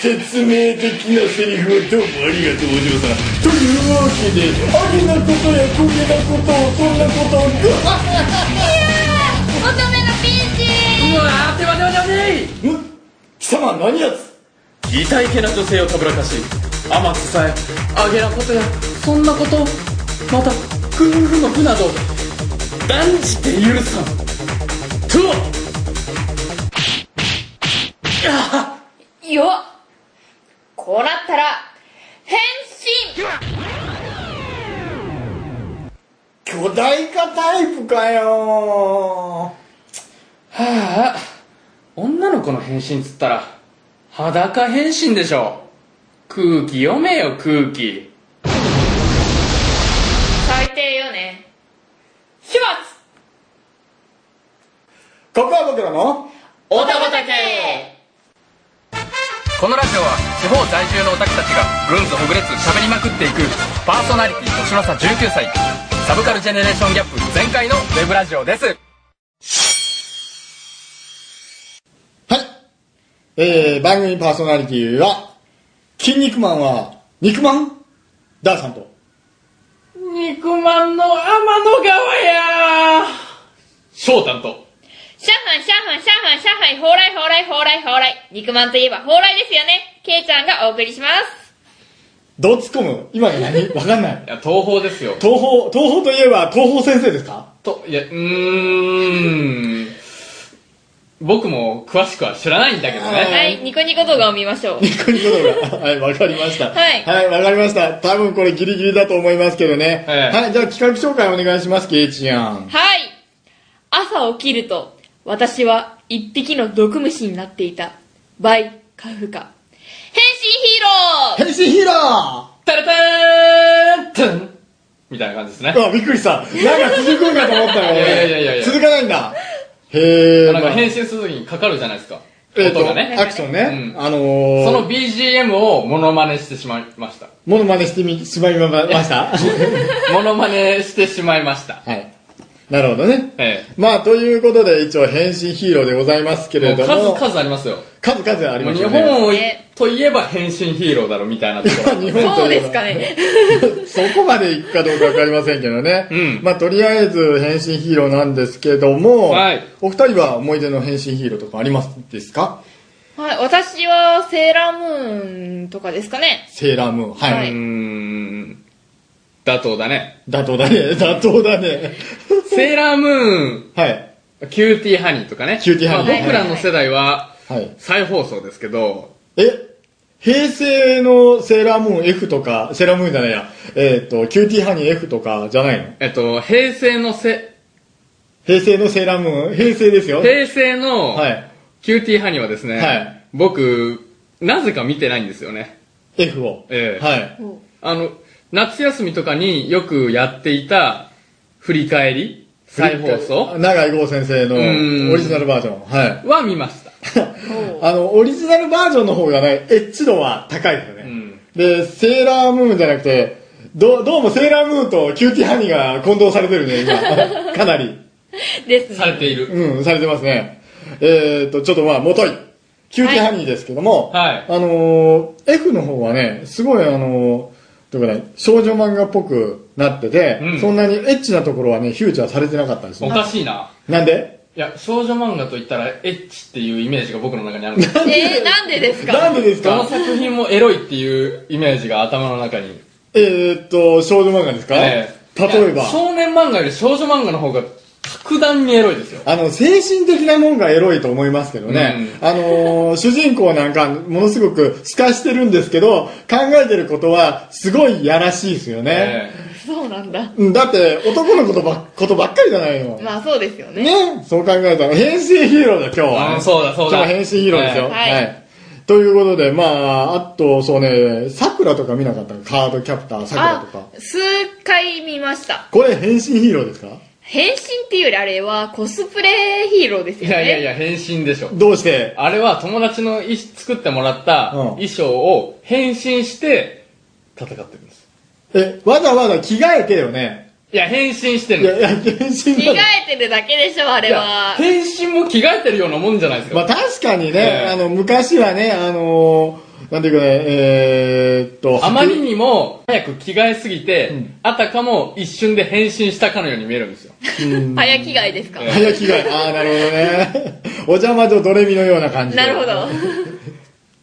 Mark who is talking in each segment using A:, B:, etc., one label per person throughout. A: 説明的なセリフをどうもありがとうお嬢さんというわけであれなことやこれなことをそんなことをぐわ
B: 乙女のピンチ
C: うわー待て待て待て待て
A: っん貴様何やつ
C: 痛いけな女性をたぶらかし甘くさえあげなことやそんなことまた夫婦の負など断じて許さんとあ
B: よっこうなったら変身
A: 巨大化タイプかよ
C: はあ女の子の変身つったら裸変身でしょ空気読めよ空気
B: 最低よね始末
A: ここは僕らの
C: お
B: たばた
C: け
B: け
C: このラジオは地方在住のオタクたちがぐんずほぐれつ喋りまくっていくパーソナリティ年の差19歳サブカルジェネレーションギャップ全開のウェブラジオです
A: はいえー、番組パーソナリティは筋肉マンは肉マンダーさんと
C: 肉まんの天の川や翔太と
B: シャンフンシャンフンシャンフンシャンフン蓬莱蓬莱蓬莱蓬莱肉まんといえば蓬莱ですよねケイちゃんがお送りします
A: どう突っ込む今の何わかんない
D: いや、東宝ですよ。
A: 東方東方といえば東方先生ですか
D: と、いや、うーん。僕も詳しくは知らないんだけど
A: はい
D: ね。
B: はいニコニコ動画を見ましょう
A: ニコニコ動画 はいわかりました
B: はい
A: はいわかりました多分これギリギリだと思いますけどね、
D: ええ
A: はいじゃあ企画紹介お願いしますケイチやん
B: はい朝起きると私は一匹の毒虫になっていた by カフカ変身ヒーロー
A: 変身ヒーロー
D: タラターンタンみたいな感じですね
A: う。わ、びっくりした。なんか続くんかと思ったよ。
D: いやいやいやいや
A: 続かないんだ。へえ。
D: なん
A: ま
D: か
A: あ
D: 変身するときにかかるじゃないですか。
A: えっ
D: 音
A: と、
D: がね。
A: アクションね。
D: うん
A: あの
D: そ
A: ー、
D: の BGM をモノマネしてしまいま した。
A: モノマネしてみ、しまいま した。
D: モノマネしてしまいました。
A: はい。なるほどね。
D: え
A: まあ、ということで、一応変身ヒーローでございますけ
D: え。
A: れど
D: もう
A: も、
D: 数々ありますよ。
A: 数々あり
D: もう
A: ます
D: 日
A: よね。
D: 本をいといえば変身ヒーローだろみたいなとこ ろ。
A: 日本
B: そう
A: といえ
B: で
A: ば
B: すかね
A: そこまでいくかどうかわかりませんけどね。
D: うん
A: まあ、とりあえず変身ヒーローなんですけども、
D: はい
A: お二人は思い出の変身ヒーローとかありますですか
B: はい、私はセーラームーンとかですかね。
A: セーラームーン。はい。
B: は
D: うー
B: い
D: ん。妥当だね。
A: 妥当だね。 妥当だね。
D: セーラームーン、
A: はい。
D: キューティーハニーとかね。
A: キューティーハニー
D: まあ僕らの世代は
A: はい。
D: 再放送ですけど、
A: え、平成のセーラームーン F とか、セーラームーンじゃないや、えーっ、と、キューティーハニー F とかじゃないの
D: えっと、平成のせ、
A: 平成のセーラームーン、平成ですよ。は
D: 平成の
A: い。
D: キューティーハニーはですね、
A: はい
D: 僕、なぜか見てないんですよね。
A: F を。
D: ええ
A: はい。
D: あの、夏休みとかによくやっていた振り返り、再放送
A: 長井剛先生の
D: ん
A: オリジナルバージョン。はい。
D: は見ました。
A: あの、オリジナルバージョンの方がね、エッチ度は高いですよね。
D: ん
A: で、セーラームーンじゃなくて、どどうもセーラームーンとキューティーハニーが混同されてるね、今。 かなり。
B: です
D: さ
B: ね。
D: れている。
A: うん、されてますね。えー、っと、ちょっとまあ、もとい。キューティーハニーですけども、
D: はい
A: あのー F の方はね、すごいあのー、というかね、少女漫画っぽくなってて、
D: うん
A: そんなにエッチなところはね、フューチャーされてなかったんです
D: お
A: よ。
D: かしいな。
A: なんで
D: いや、少女漫画といったらエッチっていうイメージが僕の中にあるんです。
B: えー、なんでですか
A: なんでです
D: どの
A: か
D: 作品もエロいっていうイメージが頭の中に。
A: えー、っと、少女漫画ですか、
D: ええ
A: 例え
D: いや
A: ば、
D: 少年漫画より少女漫画の方が格段にエロいですよ。
A: あの、精神的なもんがエロいと思いますけどね。あのー主人公なんか、ものすごく透かしてるんですけど、考えてることは、すごいやらしいですよね。
D: ええ
B: そうなんだ。
A: うんだって男のことばことばっかりじゃないの。
B: まあそうですよね。
A: ねそう考えたら変身ヒーローだ今日はね、
D: うんそうだそうだ
A: 今日は変身ヒーローですよ。
B: はい
A: ということで、まあ、あと、そうね、桜とか見なかったカードキャプター、桜
B: あ
A: とか。、
B: 数回見ました。
A: これ変身ヒーローですか
B: 変身っていうよりあれはコスプレヒーローです
D: い
B: よね。
D: やいやいや、変身でしょ。
A: どうして
D: あれは友達の衣作ってもらった
A: うん
D: 衣装を変身して戦ってるんです。
A: え、わざわざ着替えてよね。
D: いや、変身してる
A: い
D: んです。
A: やいや、変身
B: 着替
A: だ。
B: えてるだけでしょ、あ
D: い
B: れ
D: や
B: は、。
D: 変身も着替えてるようなもんじゃないで す
A: まあ
D: か。
A: 確かにね、
D: ええ
A: あの、昔はね、あのーなんていうかね、えー、っと、
D: あまりにも早く着替えすぎて、
A: うん
D: あたかも一瞬で変身したかのように見えるんですよ。
A: うん
B: 早着替えですか、
D: え
A: 早着替え。ああ、なるほどね。 お邪魔女ドレミのような感じ。
B: なるほ。ど。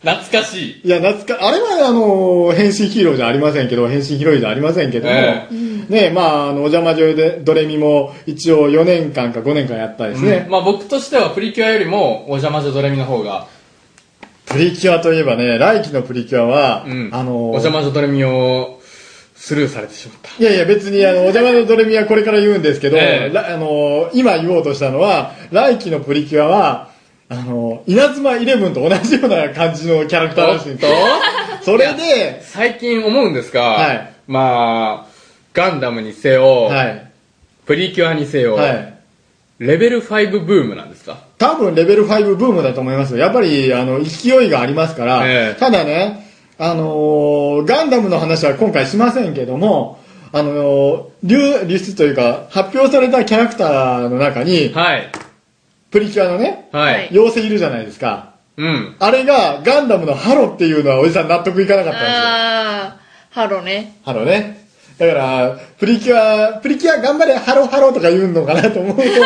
D: 懐かしい。
A: いや、懐か、あれはあの、変身ヒーローじゃありませんけど、変身ヒーローじゃありませんけども、
D: ええ
A: ねまあ、あの、お邪魔女でドレミも一応4年間か5年間やったですね。
D: まあ僕としてはプリキュアよりもお邪魔女ドレミの方が、
A: プリキュアといえばね、来期のプリキュアは、
D: うん
A: あの、
D: お邪魔女ドレミをスルーされてしまった。
A: いやいや、別に、あの、お邪魔のドレミはこれから言うんですけど、
D: ええ
A: らあの、今言おうとしたのは、来期のプリキュアは、あの、稲妻イレブンと同じような感じのキャラクター らしいんですよそれで、
D: 最近思うんですが、
A: はい
D: まあ、ガンダムにせよ、
A: はい。
D: プリキュアにせよ、
A: はい。
D: レベル5ブームなんですか
A: 多分レベル5ブームだと思いますよ。やっぱり、あの、勢いがありますから、
D: ええ
A: ただね、あのーガンダムの話は今回しませんけども、あのー流、流出というか、発表されたキャラクターの中に、
D: はい。
A: プリキュアのね、
D: はい。
B: はい
A: 妖精いるじゃないですか。
D: うん。
A: あれがガンダムのハロっていうのはおじさん納得いかなかったんですよ。
B: あー、ハロね。
A: ハロね。だから、プリキュア、プリキュア頑張れ、ハロハロとか言うのかなと思うと、ちょ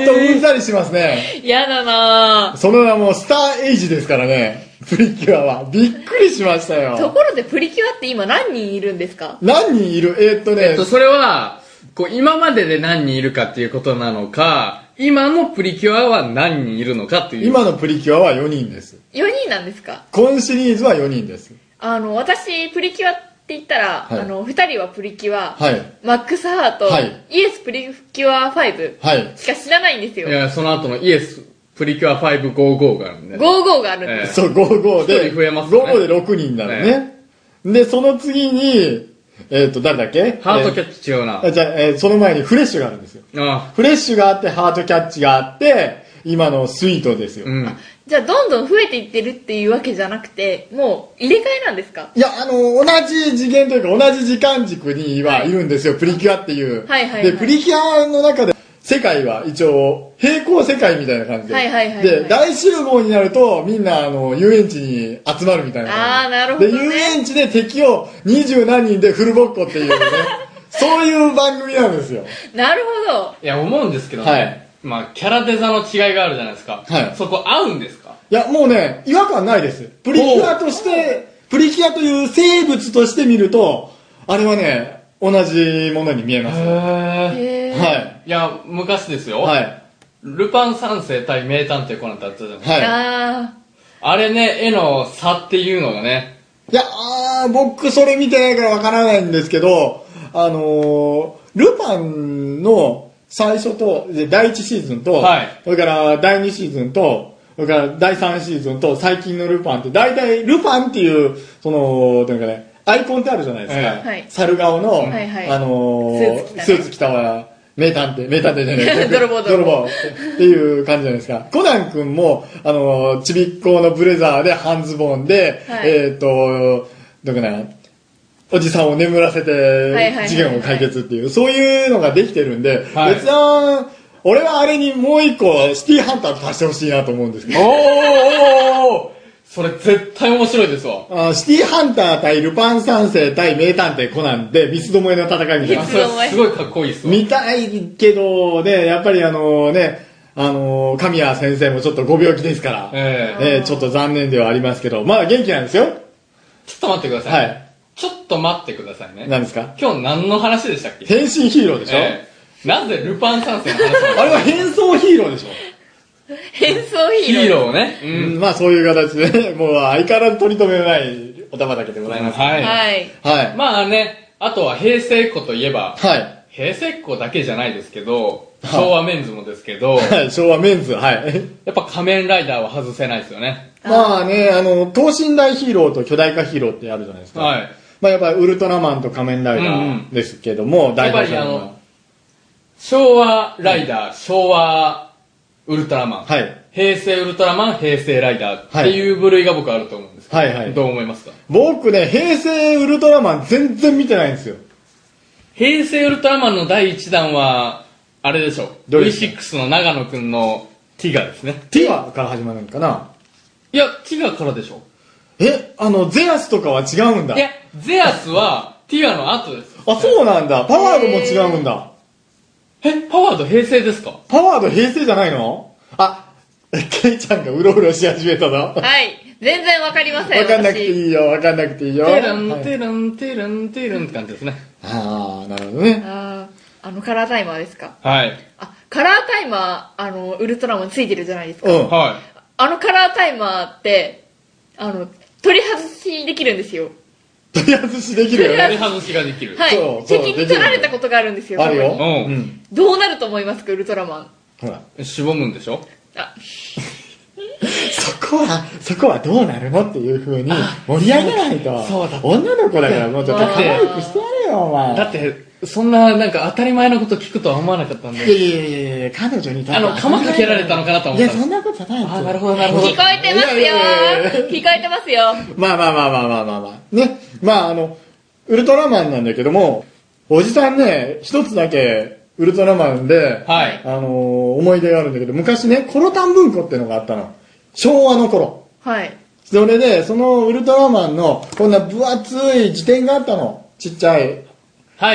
A: っとうんざりしますね。
B: やだな
A: その名もスターエイジですからね、プリキュアは。びっくりしました
B: ぁ。と
A: よ。
B: ころでプリキュアって今何人いるんですか
A: 何人いるえーっとね、
D: えっと、それは、こう、今までで何人いるかっていうことなのか、今のプリキュアは何人いるのかっていう。
A: 今のプリキュアは4人です。
B: ?4 人なんですか
A: 今シリーズは4人です。
B: あの、私、プリキュアって言ったら、
A: はい
B: あの、2人はプリキュア、
A: はい。
B: マックスハート、
A: はい
B: イエスプリキュア5
A: はい。
B: しか知らないんです
D: い
B: よ。
D: や、その後のイエス、プリキュア555があるんで。
B: 55があるんです。
D: ええ
A: そう、55
D: 一
A: で、
D: 人増えますよね
A: 55で6人なのね。で、その次に、えーっと、誰だっけ
D: ハートキ
A: ャッチ。
D: ャッチ違うな。
A: あじゃあ、えーその前にフレッシュがあるんですよ。
D: ああ、
A: フレッシュがあって、ハートキャッチがあって、今のスイートですよ。
D: うん。
B: じゃあ、どんどん増えていってるっていうわけじゃなくて、もう入れ替えなんですか
A: いや、あの同じ次元というか、同じ時間軸にははいるんですよ、プリキュアっていう。
B: はいはいはい
A: で、プリキュアの中で、世界は一応、平行世界みたいな感じで。
B: はいはいはいはい
A: で、大集合になると、みんな、あの、遊園地に集まるみたいな感じ。
B: あーなるほどね
A: で、遊園地で敵を二十何人でフルボッコって いうね、そういう番組なんですよ。
B: なるほど。
D: いや、思うんですけどね。
A: はい
D: まあ、キャラデザの違いがあるじゃないですか。
A: はい
D: そこ合うんですか
A: いや、もうね、違和感ないです。プリキュアとして、プリキュアという生物として見ると、あれはね、同じものに見えます。は
B: へー
D: へえ。
A: い。
D: いや、昔ですよ。
A: はい。
D: ルパン三世対名探偵コナンってあったじゃないですか。
A: は
B: あ
D: あれね、絵の差っていうのがね。
A: い。いや、あー僕それ見てないからわからないんですけど、あのー、ルパンの最初と、で第1シーズンと、
D: はい
A: それから第2シーズンと、それから第3シーズンと最近のルパンって、大体ルパンっていう、その、というかね、アイコンってあるじゃないですか。
D: え
B: えはい
A: 猿顔の、
B: はいはい
A: あのー
B: スーツ着たね
A: スーツ着たわ、名探偵、名探偵じゃない
B: 泥棒
A: 泥
B: 泥棒
A: 棒。っていう感じじゃないですか。コナン君も、あのーちびっこのブレザーで半ズボンで、
B: はい
A: えっ、と、どこかな、おじさんを眠らせ
B: はいはいは
A: て、
B: い
A: 事件を解決っていう、そういうのができてるんで、
D: はい
A: 別な、俺はあれにもう一個、シティハンター足してほしいなと思うんですけ
D: おー
A: ど、
D: おーおー それ絶対面白いですわ。
A: あーシティハンター対ルパン三世対名探偵コナンで、三つどもえの戦いみたいな
D: あ。それすごいかっこいいっすわ。
A: 見たいけど、ね、やっぱりあのね、あの神谷先生もちょっとご病気ですから、
D: ええ
A: ねちょっと残念ではありますけど、まだ元気なんですよ。
D: ちょっと待ってくださ。
A: はいい。
D: ちょっと待ってくださいね。
A: 何ですか
D: 今日何の話でしたっけ
A: 変身ヒーローでしょ、
D: ええなぜルパン三世の話なの
A: あれは変装ヒーローでしょ、
B: ー変装ヒ
D: ヒ
B: ーロー。
D: ーローね。う
A: うん、まあそういう形で、 もう相変わらず取り留めのないお玉だけでございます。
D: はい。
B: はい。
A: はい。
D: まあね、あとは平成っ子といえば、
A: はい。
D: 平成っ子だけじゃないですけ ど、
A: はい
D: 昭和メンズもですけど、
A: はい、昭和メンズ、はい。
D: やっぱ仮面ライダーは外せないですよね。
A: まあね、あの、等身大ヒーローと巨大化ヒーローってあるじゃないですか。
D: はい。
A: まあやっぱりウルトラマンと仮面ライダーですけども、
D: や
A: 大
D: っぱ
A: 体
D: りあの、昭和ライダー、昭和ウルトラマン、
A: はい。
D: 平成ウルトラマン、平成ライダーっ
A: はい
D: ていう部類が僕あると思うんですけど、
A: はいはい
D: どう思いますか
A: 僕ね、平成ウルトラマン全然見てないんですよ。
D: 平成ウルトラマンの第1弾は、あれでしょう。
A: どれですか
D: V6 の長野くんのティガですね。
A: ティガから始まるのかな
D: えいや、ティガからでしょ。
A: え、あの、ゼアスとかは違うんだ
D: い。や、ゼアスは、ティアの後です。
A: あ、そうなんだ。パワードも違うんだ。
D: え、パワード平成ですか
A: パワード平成じゃないのあ、ケイちゃんがうろうろし始めたぞ。わ
B: はい。全然わかりません。
A: かんなくて
B: 私
A: いいよ、わかんなくていいよ。
D: テラン、
A: はい
D: テラン、テラン、テランって感じですね。
A: ああ、なるほどね。
B: あーあのカラータイマーですか。
D: はい。
B: あ、カラータイマー、あの、ウルトラマンついてるじゃないですか。
A: うん。
D: は
B: あのカラータイマーって、あの、取り外しできるんですよ。
A: 取り外しできるよ
D: い。
A: ね。
D: やり外しができる。
B: はい
A: そう。そう
B: 敵に取られたことがあるんですよ。
A: ある
B: 過去に
A: よ。
D: うん
A: ん。
B: どうなると思いますか、ウルトラマン。
A: ほら。
D: しぼむんでしょ
B: あ、
A: そこは、そこはどうなるのっていう風に盛り上げないと。
D: そうだ
A: 女の子だからもうちょっと
B: だっ
A: 可
B: て
A: 愛くしてやれよ、お前。
D: だって、そんな、なんか当たり前のこと聞くとは思わなかったん
A: いや
D: で。
A: いやいやいや、彼女にとって
D: あの、鎌かけられたのかなと思
A: い
D: っ
A: や、
D: たんで
A: そ
D: す
A: んなことないですよ
D: あ、なるほど、なるほど
B: 聞。こえてます
A: いやいやいやい
B: よ聞こえてますよ
A: まあまあまあまあまあまあまあ。ね。まああの、ウルトラマンなんだけども、おじさんね、一つだけウルトラマンで、
D: はい。
A: あのー思い出があるんだけど、昔ね、コロタン文庫ってのがあったの。昭和の頃。
B: はい。
A: それで、そのウルトラマンの、こんな分厚い辞典があったの。ちっちゃい。
D: は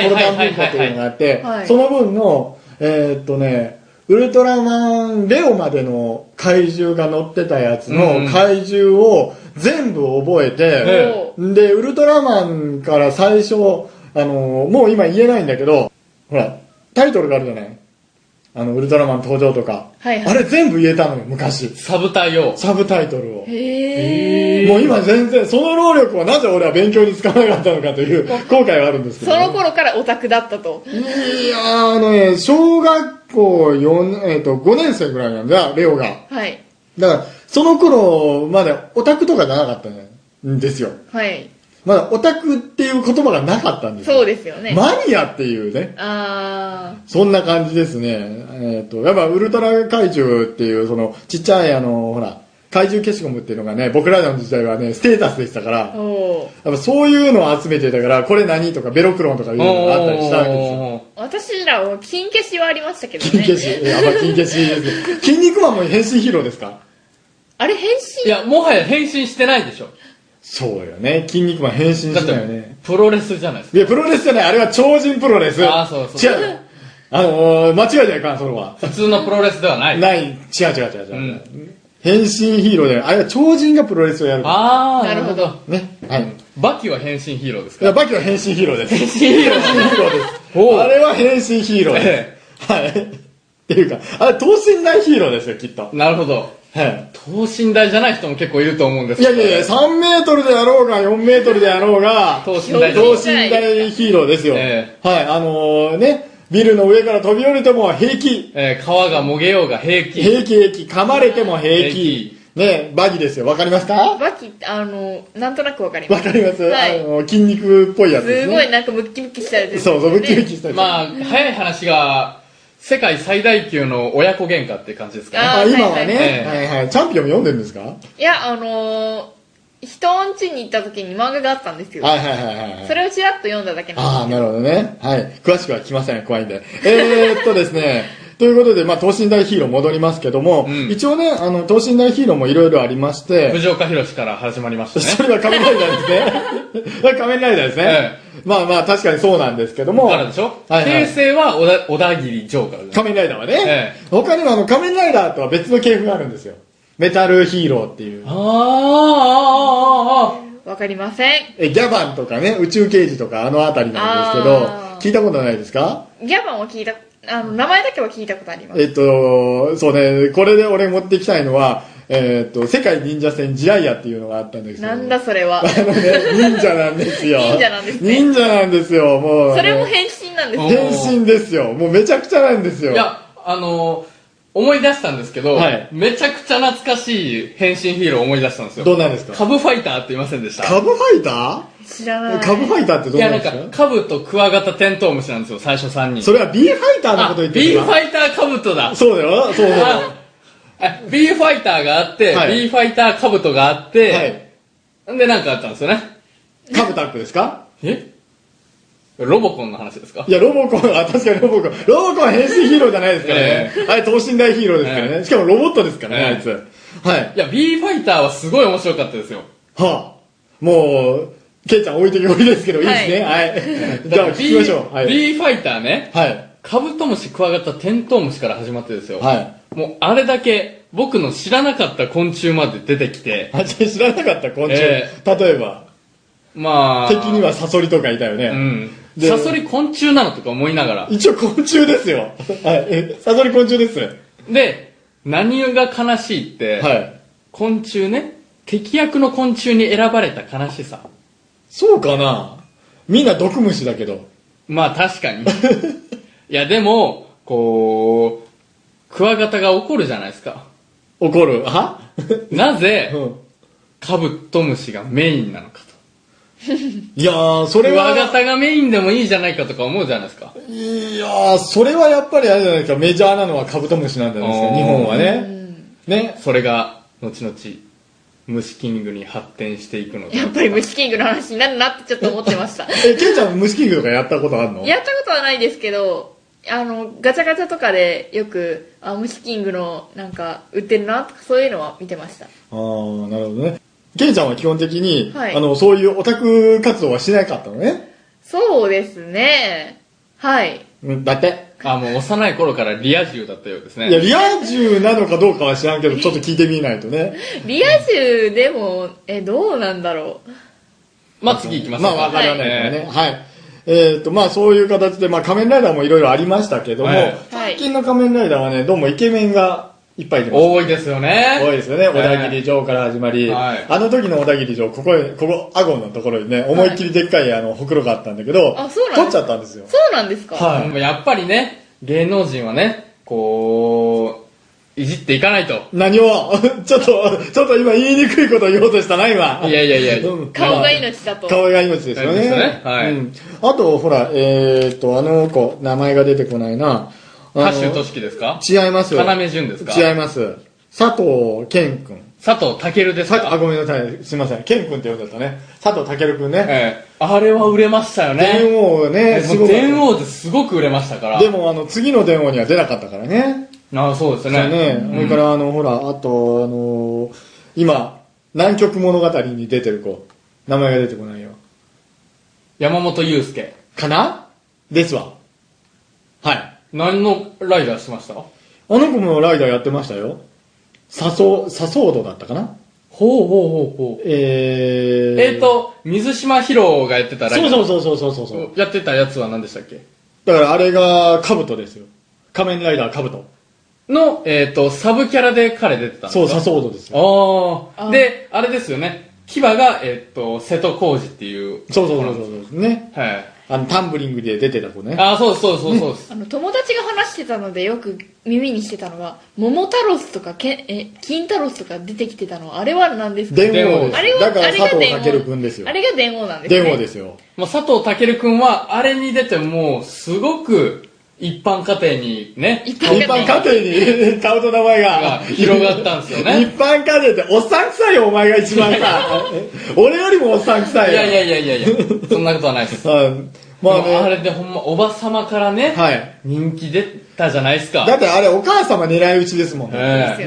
A: コ
D: い、
A: ロ
D: は
A: タ
D: い、
A: ン文
D: はい、
A: 庫っていうのが
D: は
A: あ
D: い。
A: って
B: はい、
A: その分の、えーっとね、ウルトラマンレオまでの怪獣が乗ってたやつ
D: うん
A: の怪獣を全部覚え
D: え
A: て、で、ウルトラマンから最初、あのーもう今言えないんだけど、ほら、タイトルがあるじゃないあの、ウルトラマン登場とか。
B: はい
A: あ
B: はい
A: れ全部言えたのよ、昔。
D: サブ隊を。
A: サブタイトルを。
B: へえ。
A: もう今全然、その労力をなぜ俺は勉強に使わなかったのかという後悔はあるんですけど
B: そ
A: ね、
B: の頃からオタクだったと。
A: いやーあのね、小学校4、えっ、と、5年生ぐらいなんだ、レオが。
B: はい。
A: だから、その頃までオタクとかじゃなかったねんですよ。
B: はい。
A: まだオタクっていう言葉がなかったんですよ。
B: そうですよね。
A: マニアっていうね、
B: あ
A: そんな感じですね。えっ、と、やっぱウルトラ怪獣っていう、その、ちっちゃいあの、ほら、怪獣消しゴムっていうのがね、僕らの時代はね、ステータスでしたから、
B: ー。おー
A: やっぱそういうのを集めてたから、これ何とかベロクロンとかいう
D: お
A: のがあったりしたわけですよ。
D: ー。
B: 私らは金消しはありましたけど
A: 金消
B: ね。
A: し、やばい金消しですね。筋肉マンも変身ヒーローですか
B: あれ変身
D: いや、もはや変身してないでしょ。
A: そうよね。筋肉マン変身し
D: だった
A: よ
D: て
A: ね。、
D: プロレスじゃないですか。
A: いや、プロレスじゃない。あれは超人プロレス。
D: あーそうそう
A: 違う。あのー、間違いじゃいかん、それは。
D: 普通のプロレスではない。
A: ない、違う違う違う違う。変身ヒーローじゃない。あれは超人がプロレスをやるから。
D: あー、
B: なるほど。
A: ね。はい。
D: バキは変身ヒーローです
A: い
D: か
A: やバキは変身ヒーローです。変身
D: ヒーロー。
A: ヒーローです。
D: おう
A: あれは変身ヒーローで
D: え
A: す。はい。っていうか、あれ、等身大ヒーローですよ、きっと。
D: なるほど。
A: はい。
D: 等身大じゃない人も結構いると思うんです
A: いやいやいや、
D: や、
A: 3メートルであろうが、4メートルであろうが、
D: 等身大
A: 等身大ヒーローですよ。
D: え
A: はい、あのね、ビルの上から飛び降りても平気。
D: えー、皮がもげようが平気。
A: 平気平気。噛まれても平気
D: 平。
A: ね、バギですよ。わかりますかわ
B: バキって、あの、なんとなくわかります。
A: かります、
B: はい
A: あの筋肉っぽいやつですす
B: ごい
A: ね。
B: なんかムッキムキしたやつです
A: そ
B: よ
A: う
B: ね。
A: そう、ムキムキしたやつ。
D: まあ、早い話が、世界最大級の親子喧嘩って感じですかね。
B: あ
A: あ
B: ー
A: 今はね、
D: はいは
A: はいはい。チャンピオン読んでるんですかはい
B: いや、あのー、人ん家に行った時に漫画があったんですよ。
A: はいはいはいはい
B: そ。れをちらっと読んだだけ
A: あ
B: な
A: あ、
B: んです
A: なるほどね。はい。詳しくは聞きません。怖いんで。えー、っとですね。 ということで、まあ、等身大ヒーロー戻りますけども、
D: うん
A: 一応ね、あの、等身大ヒーローもいろいろありまして、
D: 藤岡弘から始まりました
A: そ
D: ね。
A: れは仮面ライダー ですね。それは仮面ライダーですね。
D: え
A: まあまあ、確かにそうなんですけども、
D: からでしょ
A: はいはい
D: 平成は小田小田切城からです。
A: 仮面ライダーはね、
D: え
A: 他にもあの、仮面ライダーとは別の系譜があるんですよ。メタルヒーローっていう
D: あー。あーあーあーあー
B: よ。わかりません。
A: え、ギャバンとかね、宇宙刑事とかあのあたりなんですけど
B: あー、
A: 聞いたことないですか
B: ギャバンは聞いた、あの、名前だけは聞いたことあります。
A: えっと、そうね、これで俺持ってきたいのは、えっと、世界忍者戦ジライアっていうのがあったんですけど。
B: なんだそれは。
A: あのね、忍者なんですよ。
B: 忍者なんですね
A: 忍者なんですよ、もう。
B: それも
A: あの
B: 変身なんです
D: お
B: よ。
A: 変身ですよ。もうめちゃくちゃなんですよ。
D: いや、あのー、思い出したんですけど、
A: はい
D: めちゃくちゃ懐かしい変身ヒーローを思い出したんですよ。
A: どうなんですか
D: カブファイターって言いませんでした
A: カブファイタ
B: 知らな
A: ー
B: い。
A: カブファイターってど
D: いう
A: なん
D: や、なん
A: です
D: か
A: か、
D: カブとクワガタテントウムシなんですよ、最初3人。
A: それは B ファイターのこと言って
D: ビ
A: る
D: ーファイターカブトだ。
A: そうだよ。そうそうそう。
D: あビーファイターがあって、
A: はい
D: ビーファイターカブトがあっ
A: は
D: て、
A: い。
D: で、なんかあったんですよね。
A: カブタックですか
D: えロボコンの話ですか
A: いや、ロボコン、あ、確かにロボコン。ロボコンは変身ヒーローじゃないですからね。あれ、等身大ヒーローですからね。しかもロボットですからね、
D: ええ
A: あいつ。はい。
D: いや、ビーファイターはすごい面白かったですよ。
A: はもう、ケイちゃん置いてきぼりですけど、いいですね。はい。 じゃあ、聞きましょう。はい。
D: B ファイターね。
A: はい。
D: カブトムシクワガタテントウムシから始まってですよ。
A: はい。
D: もうあれだけ僕の知らなかった昆虫まで出てきて、
A: あ、じゃあ知らなかった、昆虫。
D: え
A: 例えば、
D: まあ。
A: 敵にはサソリとかいたよね。
D: うん。
A: で
D: サソリ昆虫なのとか思いながら。
A: 一応昆虫ですよ。はい。えサソリ昆虫です。は
D: で、何が悲しいって、
A: い。
D: 昆虫ね、敵役の昆虫に選ばれた悲しさ。
A: そうかなみんな毒虫だけど。
D: まあ確 かに。いやでも、こう、クワガタが怒るじゃないですか。
A: 怒る。は
D: なぜ
A: う、ん。
D: カブトムシがメインなのかと。
A: いやー、そ
D: ク
A: れは。
D: ワガタがメインでもいいじゃないかとか思うじゃないですか。
A: いやー、それはやっぱりあれじゃないですか、メジャーなのはカブトムシなんじゃないです
D: あ
A: か、
D: ー
A: 日本はね。ね。
D: それが、後々、虫キングに発展していくので。
B: やっぱり虫キングの話になるなってちょっと思ってました。
A: え、ケイちゃん虫キングとかやったことあるの
B: やったことはないですけど、あの、ガチャガチャとかでよく、あ、虫キングのなんか売ってるなとかそういうのは見てました。
A: あー、なるほどね。ケイちゃんは基本的に、
B: はい
A: あの、そういうオタク活動はしなかったのね。
B: そうですね。はい。
A: うんだって。
D: あ、もう幼い頃からリア充だったようです
A: いや、
D: ね。
A: リア充なのかどうかは知らんけど、ちょっと聞いてみないとね。
B: リア充でも、え、どうなんだろう。
D: まあ次行きましょ
A: ま
D: う
A: あ、
D: か。
A: わからないから
D: え
A: ね。はい。えーっと、まあ、そういう形で、まあ、仮面ライダーもいろいろありましたけども、
D: はい
A: 最近の仮面ライダーはね、どうもイケメンがいっぱいいて
D: ー
A: ます。
D: 多いですよね。
A: 多いですよね。小田
D: え
A: 切
D: ー
A: 城から始まり、
D: はい
A: あの時の小田切城、ここ、ここ、顎のところにね、思いっきりでっかい、あの、ほくろがあったんだけど、
B: あそうなん
A: 取っちゃったんですよ。
B: そうなんですか、
A: は
D: でもやっぱりね、芸能人はね、こう、いじっていかないと。
A: 何を、 ちょっと、ちょっと今言いにくいことを言おうとしたな、今。
D: いやいやいや
A: うん
B: 顔が命だと。
A: 顔が命ですよね。
D: ですよねはい
A: うん。あと、ほら、えーっと、あの子、名前が出てこないな。あ
D: 歌
A: の
D: 手としきですか
A: 違いますよ。
D: 要潤ですか
A: 違います。佐藤健くん。
D: 佐藤健です
A: さあ、
D: か
A: ごめんなさい。すいません。健くんって呼んじゃったね。佐藤健くんね。
D: ええあれは売れましたよ
A: 電
D: ね。
A: 王ね、す
D: も
A: ご
D: う
A: く
D: 電王ですごく売れましたから。
A: でも、あの、次の電話には出なかったからね。
D: ああ、そうですね。
A: ね、それから、あの、ほら、あと、あのー今、南極物語に出てる子。名前が出てこないよ。
D: 山本祐介。
A: かなですわ。はい。
D: 何のライダーしてましたほ
A: あの子もライダーやってましたよ。サソ、サソードだったかな
D: うほうほうほう。
A: えー。
D: えっ、ー、。と、水島ヒロがやってたライ
A: そ
D: ダ
A: う
D: ー。
A: そうそうそうそうそうそう。
D: やってたやつは何でしたっけ
A: だからあれが、カブトですよ。仮面ライダーカブト。
D: の、えっ、と、サブキャラで彼出てたんですか
A: そう、サソードですよ。
D: あ
B: あ
D: あ。で、あれですよね。牙が、えっ、と、瀬戸康史っていう。
A: そうそうそうそうそう。ね。
D: はい。
A: あの、タンブリングで出てた子ね。
D: ああ、そうですそうですそうですそ うです。
B: あの友達が話してたのでよく耳にしてたのが「桃太郎」とかけえ「金太郎」とか出てきてたのあれは何ですか
A: 電王です
B: あれは
A: だから
B: あれが
A: 佐藤
B: 電王
A: 健君ですよ
B: あれが電王なんです、ね、
A: 電王ですよ。
D: まあ、佐藤健くんは、あれに出ても、すごく、一般家庭にね、
B: 一
A: 一般家庭に 顔と名前が
D: が広がったんですよ
A: 一
D: ね。
A: 般家庭っておっさん臭いよ、お前が一番さ。 俺よりもおっさん臭い
D: い
A: よ。
D: やいやいやいやいや、そんなことはないです。
A: うん ま
D: ま
A: あ
D: あ、あ
A: ね。
D: れでほんま、おばさまからね、
A: はい。
D: 人気出たじゃないですか。
A: だってあれお母様狙い撃ちですもん
D: え
A: ね。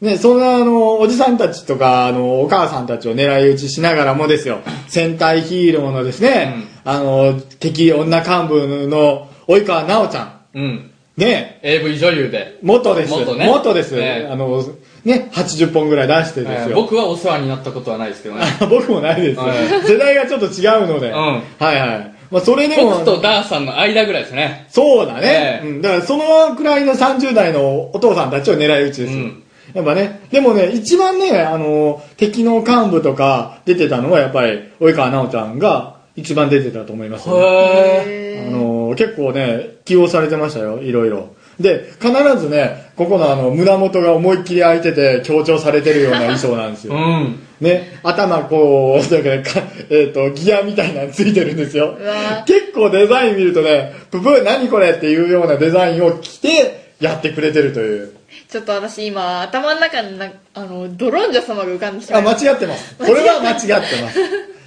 B: え
A: ねね、そんなあの、おじさんたちとか、あの、お母さんたちを狙い撃ちしながらもですよ、戦隊ヒーローのですね、あの、敵女幹部の及川奈緒ちゃん。
D: うん。
A: ね、
D: AV 女優で。
A: 元です。
D: 元ね
A: です、
D: ええ
A: あの、ね、80本ぐらい出してで
D: え
A: す
D: ー
A: よ。
D: 僕はお世話になったことはないですけどね。
A: 僕もないです、
D: は
A: 世代がちょっと違うので、
D: ん
A: はいはい、まあ、それでも
D: 僕とダーさんの間ぐらいですね。
A: そうだね、
D: ええ
A: うん、だからそのくらいの30代のお父さんたちを狙い撃ちですよ、
D: うん
A: やっぱねでもね一番ねあの敵の幹部とか出てたのはやっぱり及川奈緒ちゃんが一番出てたと思いますよ、
D: へー。
A: あ
B: へー
A: の結構ね起用されてましたよいろいろで必ずねここのあの胸元が思いっきり開いてて強調されてるような衣装なんですよ
D: うん。
A: ね、頭こう、だからか、えっ、と、ギアみたいなのついてるんですよ
B: うわ。
A: 結構デザイン見るとね、ブブー何これっていうようなデザインを着てやってくれてるという。
B: ちょっと私今頭の中になあのドロンジョ様が浮かんでしま
A: あ、
B: いま
A: 間
B: し
A: 違ってます。これは間違ってます。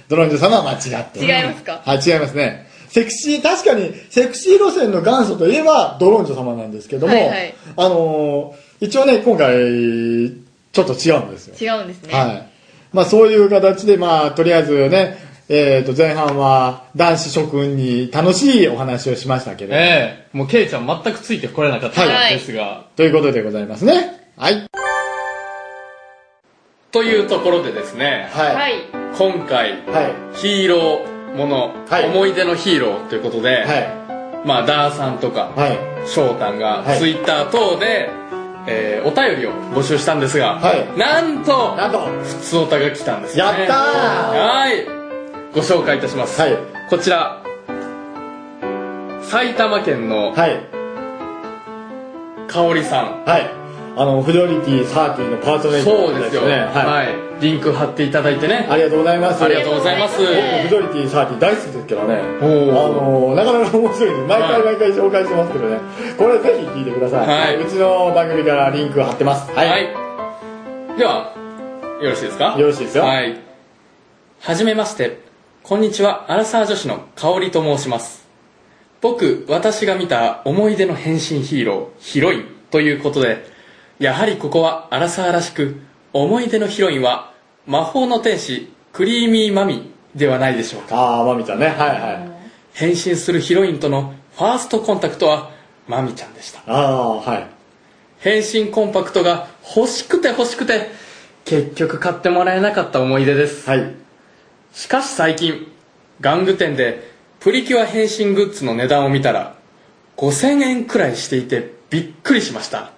A: ドロンジョ様は間違って
B: 違いますか
A: はい、違いますね。セクシー、確かに、セクシー路線の元祖といえば、ドロンジョ様なんですけども、
B: はいはい
A: あのー一応ね、今回、ちょっと違うんですよ。
B: た違うんですね、
A: はい。まあそういう形で、まあとりあえずね、えっ、と前半は男子諸君に楽しいお話をしましたけれども、
E: ええもうケイちゃん全くついてこれなかった
B: はい
E: ですが、
A: ということでございますね。はい。
D: というところでですね、
A: は。
B: はいい。
D: 今回、
A: はい。
D: ヒーローもの、
A: はい
D: 思い出のヒーローということで、
A: は
D: まあ、ダーさんとか、
A: い。はい。
D: 翔太が
A: はい
D: ツイッター等で、えーお便りを募集したんですが、
A: はい
D: なんと
A: なんと、
D: 普通おたが来たんですよ、ね、
A: やったー
D: はいご紹介いたします、
A: はい
D: こちら埼玉県の
A: はい。
D: 香織さん、
A: はい。あの、フジョリティサーティのパートナー
D: そうですよ
A: ね。
D: は、
A: はい
D: リンク貼っていただいてね
A: い。ありがとうございます。
D: ありがとうございます
A: 僕フジョリティサーティ大好きですけどね。
D: お
A: あ
D: ー
A: のなかなか面白いんで、毎
D: はい
A: 回毎回紹介してますけどね。これぜひ聞いてください。
D: はいう
A: ちの番組からリンク貼ってます。は。
D: はいい、ではよろしいですか
A: よろしいですよ
D: はいはじめましてこんにちはアラサー女子の香織と申します僕私が見た思い出の変身ヒーローヒロインということでやはりここはアラサーらしく思い出のヒロインは魔法の天使クリーミーマミではないでしょうか
A: あー、まみちゃんね。はいはい。
D: 変身するヒロインとのファーストコンタクトはマミちゃんでした
A: あー、はい。
D: 変身コンパクトが欲しくて欲しくて結局買ってもらえなかった思い出です、
A: はい。
D: しかし最近玩具店でプリキュア変身グッズの値段を見たら5000円くらいしていてびっくりしました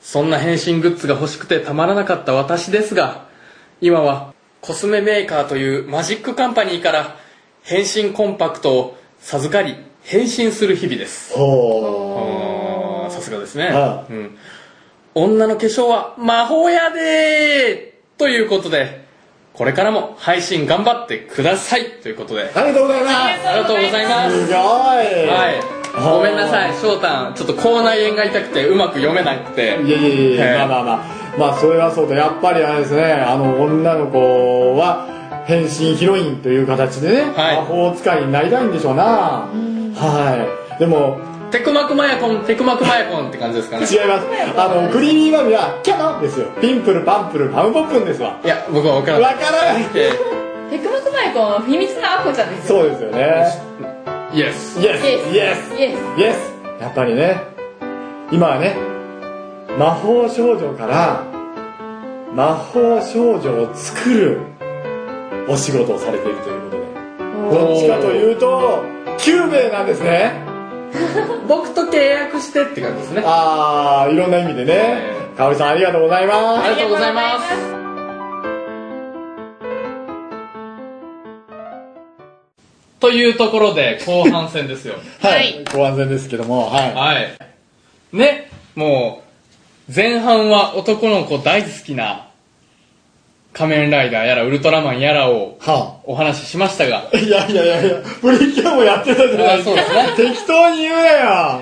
D: そんな変身グッズが欲しくてたまらなかった私ですが今はコスメメーカーというマジックカンパニーから変身コンパクトを授かり変身する日々です
A: ほ
D: あーさすがですね、
A: ああ
D: うん、女の化粧は魔法やでーということでこれからも配信頑張ってくださいということで
A: ー。ありがとうございます。
D: ありがとうございますす
A: ごい。
D: はいごめんなさい翔太ちょっと口内炎が痛くてうまく読めなく
A: い
D: て
A: やいやいやい
D: え
A: や
D: ー
A: まあまあまあまあそれはそうだやっぱりあれですねあの女の子は変身ヒロインという形でね、
D: はい
A: 魔法使いになりたいんでしょうなはいでも
D: テクマクマヤコンテクマクマヤコンって感じですかね
A: 違いますあのクリーミーマミはキャノンですよピンプルパンプルパムポップンですわ
D: いや僕は分か
A: わか
D: らなく
A: らない
D: て
B: テクマクマイコンは秘密のアッコちゃんですよ。
A: そうですよね
D: イエス
A: イエスイエス
B: イエス。
A: イエスやっぱりね今はね魔法少女から魔法少女を作るお仕事をされているということでどっちかというと9名なんですね
D: 僕と契約してって感じですね
A: ああいろんな意味でね
D: え
A: かおりさんありがとうございま
D: ありがとうございます
B: ありがとうござい
E: というところで後半戦ですよ。
A: すはいご安全ですけどもは
E: はい。ね、もう、前半は男の子大好きな仮面ライダーやらウルトラマンやらを
A: いは
E: お話ししましたが、
A: あいやいやいやいやプリキュアもやってたじゃない
E: あそうですね
A: 適当に言うなよ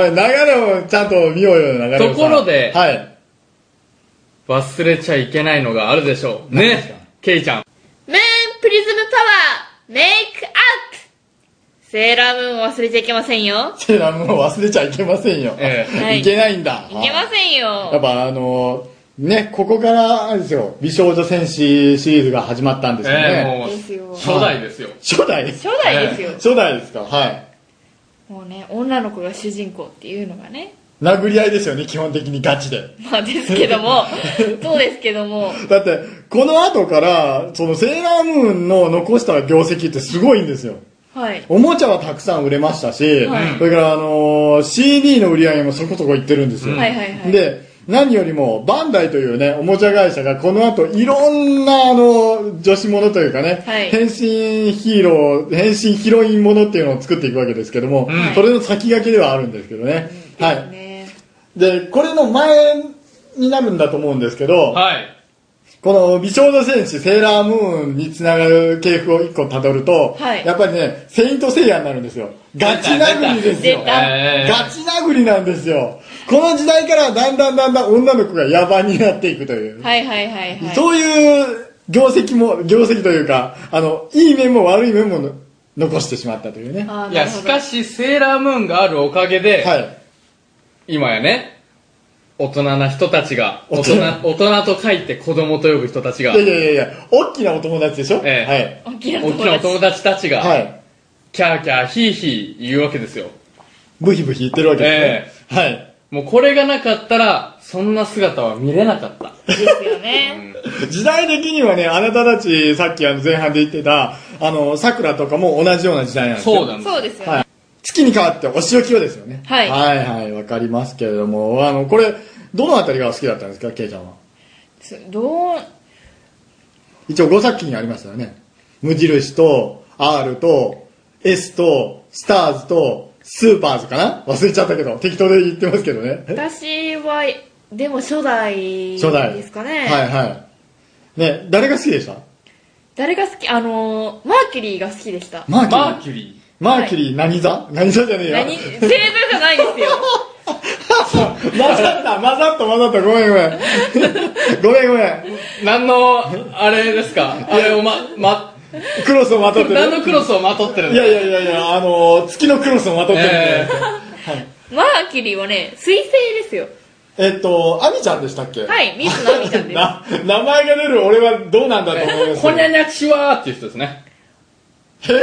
A: おい流れをちゃんと見ようよ流れをさ
E: ところで
A: はい
E: 忘れちゃいけないのがあるでしょう。
A: 何ですか
E: ね、ケイちゃん。
B: ムーンプリズムパワーメイクアップセーラームーンを忘れちゃいけませんよ。
A: セーラームーンを忘れちゃいけませんよ、
E: ええ
B: はい
A: いけないんだ
B: いけません
A: やっ
B: よ。
A: ぱあのーねここからあれですよ美少女戦士シリーズが始まったんですよ
E: え
A: ね、
E: えも
B: ですよ
E: う、初代ですよ。
A: 初代です
B: 初代ですよ。
A: 初代ですかはい
B: もうね、女の子が主人公っていうのがね。
A: 殴り合いですよね基本的にガチで
B: まあですけど も、そうですけども。
A: だってこの後からそのセーラームーンの残した業績ってすごいんですよ
B: はい。
A: おもちゃはたくさん売れましたし、
B: はい
A: それからあのー CD の売り上げもそこそこいってるんですよ、
B: はいはいはい。
A: で、何よりも、バンダイというね、おもちゃ会社が、この後、いろんな、あの、女子ものというかね、
B: はい
A: 変身ヒーロー、変身ヒロインものっていうのを作っていくわけですけども、
E: うん
A: それの先駆けではあるんですけどね。は
B: です
A: い。
B: ね。
A: で、これの前になるんだと思うんですけど、
E: はい。
A: この美少女戦士セーラームーンにつながる系譜を一個たどると、
B: はい
A: やっぱりね、セイントセイヤになるんですよ。ガチ殴りです
B: 出
A: よ。
B: た
E: ええ
A: ガチ殴りなんですよ。この時代からだんだんだんだん女の子が野蛮になっていくという。
B: はいはいはいはい。
A: そういう業績も、業績というか、あの、いい面も悪い面もの残してしまったというね。はい
B: あー
E: いや、しかし、セーラームーンがあるおかげで、
A: い。
E: 今やね、
D: 大人な人たちが、
A: 大
D: 大
A: 人
D: 人、大人と書いて子供と呼ぶ人たちが
A: いや、いやいやいや、大きなお友達でしょ
D: え
B: 大きな
D: 大
B: 友
D: きなお友
B: 達。
D: 達たちが、
A: はい。はい。
D: キャーキャーヒーヒー言うわけですよ。
A: ブヒブヒ言ってるわけですね。はい。
D: もうこれがなかったら、そんな姿は見れなかった。
B: ですよね。
A: 時代的にはね、あなたたち、さっきあの前半で言ってた、あの、桜とかも同じような時代なんですよ。
D: そうなんです。
B: そうですよね。
A: はい。月に変わってお仕置きをですよね。
B: はい
A: はいはい、わかりますけれども、あの、これ、どのあたりが好きだったんですか、ケイちゃんは。
B: すどう、
A: 一応5作品ありましたよね。無印と、R と、S と、スターズと、スーパーズかな忘れちゃったけど、適当で言ってますけどね。
B: 私は、でも初代
A: 初代。
B: ですかね。
A: はいはい。ね、誰が好きでした
B: 誰が好きあのー、マーキュリーが好きでした。
A: マーキュリ
D: マ
A: ーマー
D: ー。キュリ
A: キュリー何座何座じゃねえよ。
B: 何、星座じゃないで すよ。
A: 混ざった、混ざった、混ざった。ごめんごめん。ごめんごめん。
D: ー。何の、あれですかあれをま、ま、
A: クロスをまとってる。
D: 何のクロスをまとってるん
A: い
D: です
A: や
D: か
A: いやいやいや、あのー、月のクロスをまとってるんで
D: え。
B: マーキュリーはね、水星ですよ。
A: えっと、アミちゃんでしたっけ
B: はい、ミスのアミちゃんです。
A: な、名前が出る俺はどうなんだと思いま
D: え
A: す
D: ー、こにゃ
A: け
D: にゃちわーっていう人ですね。
A: ど。え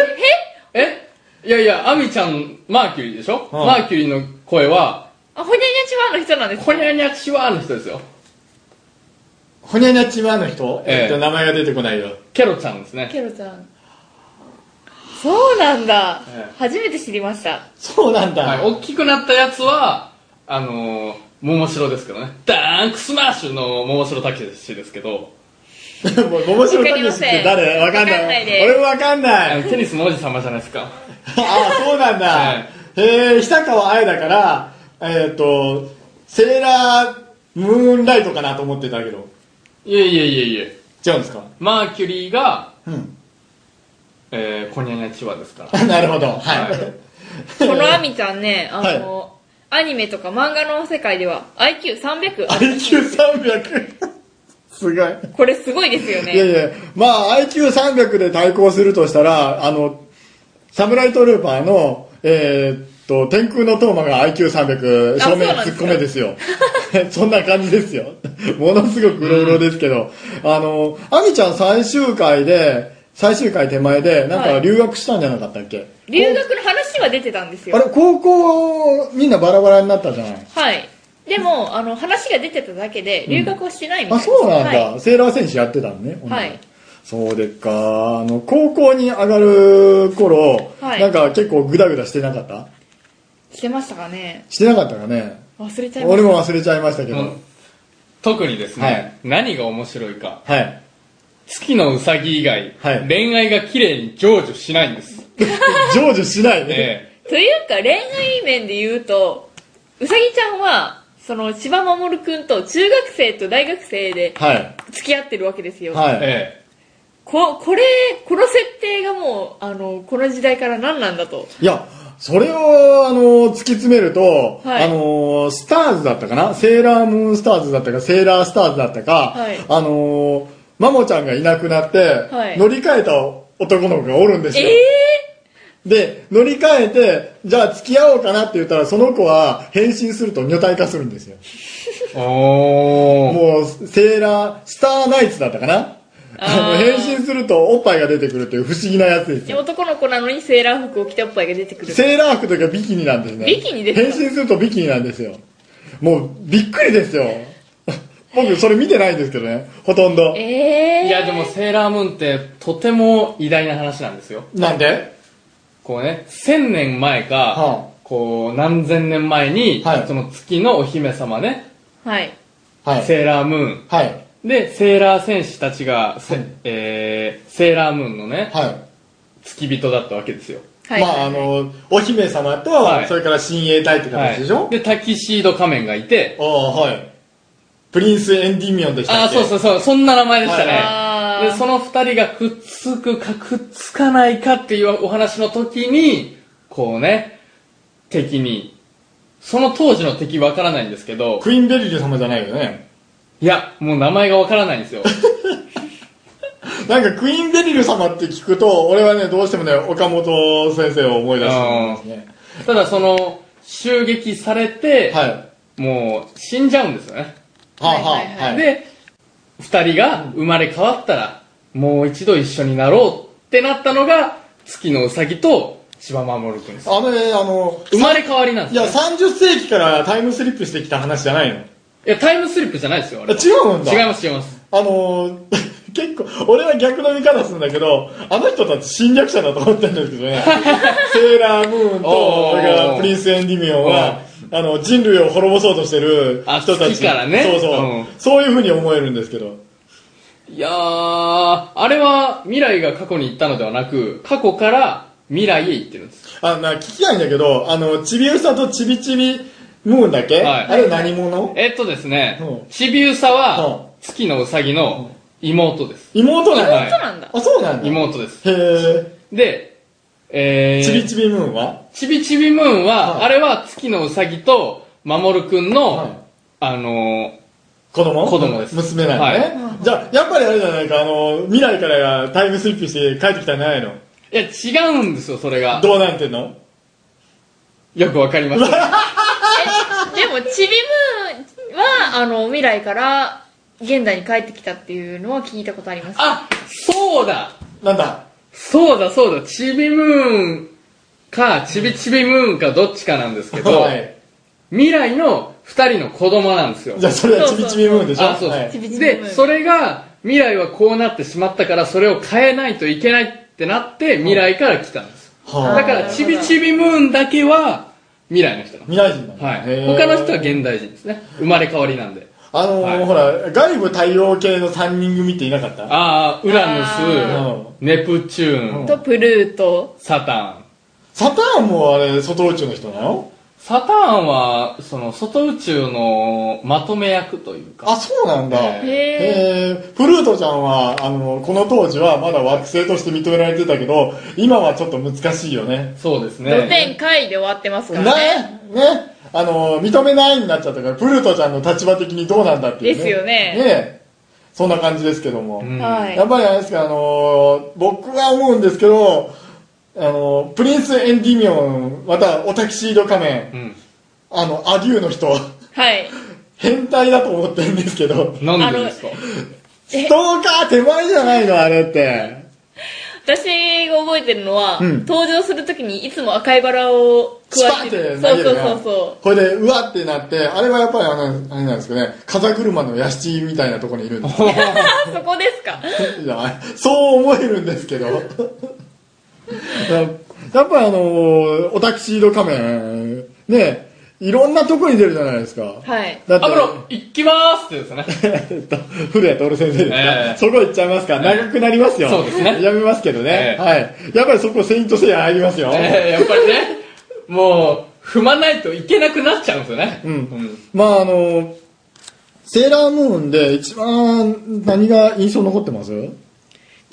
D: えいやいや、アミちゃん、マーキュリーでしょ、
A: うん
D: マーキュリーの声は、
B: あ、ほにゃにゃちわの人なんです
D: こにゃにゃちわーの人ですよ。
A: ほにゃにゃちまの人
D: ええ
A: えっと、名前が出てこないよ。
D: ケロちゃんですね。
B: ケロちゃん。そうなんだ、
D: ええ
B: 初めて知りました。
A: そうなんだ。
D: はい、大きくなったやつは、あのー、ももしろですけどね。ダーンクスマッシュのももしろたけしですけど、
A: もう、面白い話って誰わ
B: わ
A: か
B: か
A: ん
B: りませんわかん
A: な
B: ない
A: い。
B: です
A: 俺もわかん
D: あ
A: な
D: の
A: い。
D: テニスの王子様じゃないですか。
A: ああ、そうなん
D: は
A: だ
D: い。
A: へえ、久川愛だから、えっと、セーラームーンライトかなと思ってたけど。
D: いえいえいえいえ。
A: 違うんですか
D: マーキュリーが、
A: うん。
D: えー、こにゃにゃちわですか ら。
A: なるほど。
D: は
A: はい
B: このアミちゃんね、あの、アニメとか漫画の世界では IQ300 ある。
A: IQ300 すごい。いや
B: これすごいですよね。
A: いや、まあ IQ300 で対抗するとしたら、あの、サムライトルーパーの、えーっと、天空のトーマが IQ300
B: あ
A: 正面
B: そうな
A: 突
B: んで
A: っ
B: すか
A: 込めですよ。 そんな感じですよ。 ものすごくうろうろですけど、あの、アミちゃん最終回で、最終回手前で、なん
B: は
A: か
B: い
A: 留学したんじゃなかったっけ、
B: 留学の話は出てたんです
A: あ
B: よ。
A: れ、高校、みんなバラバラになったじゃない
B: はい。でも、あの、話が出てただけで、留学をしてないみたい
A: あ、
B: です
A: そうなんだ。
B: は
A: セーラー戦士やってたのね。
B: はい
A: そうでっか。あの、高校に上がる頃、
B: はい
A: なんか結構グダグダしてなかった
B: い。してましたかね
A: してなかったかね。
B: 忘れちゃいま
A: 俺
B: し
A: も忘れちゃいましたけど。
D: もう特にですね、
A: はい
D: 何が面白いか、
A: はい。
D: 月のうさぎ以外、
A: はい
D: 恋愛が綺麗に成就しないんです。
A: 成就しないね。
D: え
B: た。というか、恋愛面で言うと、うさぎちゃんは、その、千葉守くんと中学生と大学生で
A: はい。
B: 付き合ってるわけですよ。
A: は
D: え
A: い。
D: え
B: こ、これ、この設定がもう、あの、この時代から何なんだと。
A: いや、それを、あの、突き詰めると、
B: はい
A: あの、スターズだったかなセーラームーンスターズだったか、セーラースターズだったか、
B: はい
A: あの、マモちゃんがいなくなって、
B: はい
A: 乗り換えた男の子がおるんです
B: え
A: よ。で、乗り換えて、じゃあ付き合おうかなって言ったら、その子は変身すると女体化するんですよ。
D: おー。
A: もう、セーラー、スターナイツだったかなあの
B: あー
A: 変身するとおっぱいが出てくるという不思議なやつです
B: ー、
A: よ。
B: 男の子なのにセーラー服を着たおっぱいが出てくる。
A: セーラー服というかビキニなんですね。
B: ビキニです
A: 変
B: か
A: 身するとビキニなんですよ。もう、びっくりですよ。 僕、それ見てないんですけどね。ほとんど。
B: えー、
D: いやでもセーラームーンってとても偉大な話なんですよ。
A: なんで
D: こうね、千年前か、
A: は
D: こう何千年前に、
A: はい
D: その月のお姫様ね、
B: はい。
A: はい。
D: セーラームーン。
A: はい。
D: で、セーラー戦士たちが、せ
A: はい
D: えー、セーラームーンのね、
A: はい。
D: 付き人だったわけですよ。
B: はい。
A: まあ、あの、お姫様と、
D: はい
A: それから親衛隊って
D: は
A: 形でしょ、
D: い。で、タキシード仮面がいて、
A: ああ、はい。プリンス・エンディミオンでしたっ
D: ああ、
A: け
D: そうそうそう、そんな名前でしたね。
B: はい
D: で、その二人がくっつくかくっつかないかっていうお話の時に、こうね、敵に、その当時の敵わからないんですけど、
A: クイーンベリル様じゃないよね。
D: いや、もう名前がわからないんですよ。
A: なんかクイーンベリル様って聞くと、俺はね、どうしてもね、岡本先生を思い出してるんですね。
D: ただその、襲撃されて、
A: はい。
D: もう死んじゃうんですよね。
A: はあ、は
B: はい
A: あ、
B: は
A: はい。
D: で、二人が生まれ変わったら、もう一度一緒になろうってなったのが、月のうさぎと千葉守くんです。
A: あのね、あの、
D: 生まれ変わりなんで
A: い
D: すよ
A: や、
D: ね、
A: 30世紀からタイムスリップしてきた話じゃないの
D: いや、タイムスリップじゃないですよ、あれ。
A: 違うんだ。
D: 違います、違います。
A: あのー、 結構、俺は逆の見方するんだけど、あの人たち侵略者だと思ってるんですけど ね。セーラームーンと、
D: おー
A: それからプリンス・エンディミオンは、あの、人類を滅ぼそうとしてる
D: あ
A: 人たち。
D: 好きからね
A: そうそう。
D: うん
A: そういうふうに思えるんですけど。
D: いやー、あれは未来が過去に行ったのではなく、過去から未来へ行ってるんです。
A: あ、な、聞きたいんだけど、あの、ちびうさとちびちびムーンだっけ、
D: はい
A: あれ何者
D: えっとですね
A: うん、
D: ちびうさ
A: うん
D: は、月のうさぎの妹です。
A: 妹なんだ、
D: はい
B: そうなんだ。
A: あ、そうなんだ。
D: 妹です。
A: へー。
D: で、えー、
A: ちびちびムーンは
D: ちびちびムーンは、
A: はい
D: あれは月のうさぎと、まもるくんの、
A: はい
D: あの
A: 子供
D: 子供です
A: 娘なんだね、
B: はい
A: じゃあやっぱりあれじゃないかあの未来からタイムスリップして帰ってきたんじゃないの
D: ー、いや、違うんですよ、それが。
A: どうなってんの
D: よくわかりました。
B: でも、ちびむーは、あの、未来から、現代に帰ってきたっていうのは聞いたことあります。
D: あ、そうだ
A: なんだ
D: そうだそうだ、ちびムーンか、ちびちびムーンかどっちかなんですけ ど、
A: はい
D: 未来の二人の子供なんですよ
A: じ。ゃあそれはちびちびムーンでしょ
D: あ、そう
A: は
D: で
A: い
D: す、
B: ちびちびムーン
D: で、それが、未来はこうなってしまったから、それを変えないといけないってなって、未来から来たんです。
A: はあ
D: だから、ちびちびムーンだけは、未来の人なんです
A: 未来人なんだ
D: はい。
A: へー
D: 他の人は現代人ですね。生まれ変わりなんで。
A: あのー
D: はい
A: ほら外部太陽系の3人組っていなかった
D: ああ、ウラ
A: あ
D: ヌス、ネプチュ
A: う
D: ー
A: ん
D: ン、
B: と、プルート。
D: サターン。
A: サターンもあれ外宇宙の人なの
D: サターンは、その、外宇宙のまとめ役というか。
A: あそうなんだ
D: へー
A: へーフルートちゃんはあのこの当時はまだ惑星として認められてたけど今はちょっと難しいよね
D: そうです
B: 露
D: ね。
B: 天会で終わってますからね。
A: ねねあの認めないになっちゃったからプルートちゃんの立場的にどうなんだっていう、ね、
B: ですよね
A: ねそんな感じですけども、
D: うん
B: はい
A: やっぱりあれですかあの僕は思うんですけどあのプリンス・エンディミオンまたオタキシード仮面
D: うん。
A: あのアデューの人
B: はい。
A: 変態だと思ってるんですけど
D: なんでですか
A: ストーカー手前じゃないのあれって
B: 私が覚えてるのは、
A: うん
B: 登場するときにいつも赤いバラを
A: スパ
B: 加
A: ンって
B: えてる。
A: 投
B: そう
A: げ
B: そ
A: る
B: う
A: な
B: そうそ
A: これでうわってなってあれはやっぱりあのあれなんですかね風車の屋敷みたいなところにいるんですよ
B: う。あ、そこですか。
A: じゃない そう思えるんですけど ややっぱりあのオタキシード仮面ねいろんなとこに出るじゃないですか
B: はい。
A: だって
D: アムロ、行きまーすってですね。
A: えっと古谷徹先生ですか、
D: ええ
A: そこ行っちゃいますか長くなりますよ、
D: そうですね
A: やめますけどね、
D: ええ
A: はいやっぱりそこセイントセイヤ入りますよ、
D: ええやっぱりね、もう、踏まないといけなくなっちゃうんですよね。
A: うんまああのセーラームーンで一番何が印象残ってます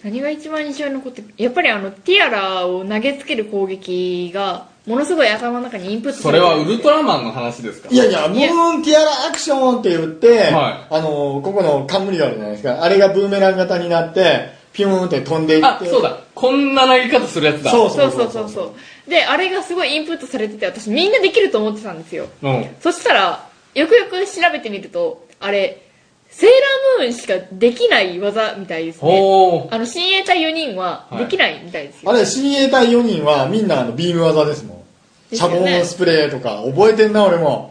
B: 何が一番印象に残ってるやっぱりあの、ティアラを投げつける攻撃が、ものすごい頭の中にインプット
D: それはウルトラマンの話ですか
A: いやいや、ムーンティアラアクションって言って、
D: は
A: あの、ここの冠があるじゃないですか。あれがブーメラン型になって、ピューンって飛んでいって。
D: あ、そう。だ。こんな投げ方するやつだ。
A: そう
B: そうそうそうそう。で、あれがすごいインプットされてて、私みんなできると思ってたんですよ。
D: うん。
B: そしたら、よくよく調べてみると、あれ、セーラームーンしかできない技みたいですね。
D: ほー。
B: あの、親衛隊4人はできないみたいですよ。
A: あれ、親衛隊4人はみんなあのビーム技ですもん。
B: です
A: シャ
B: よ
A: ボ
B: ね
A: ンスプレーとか、覚えてんな、俺も。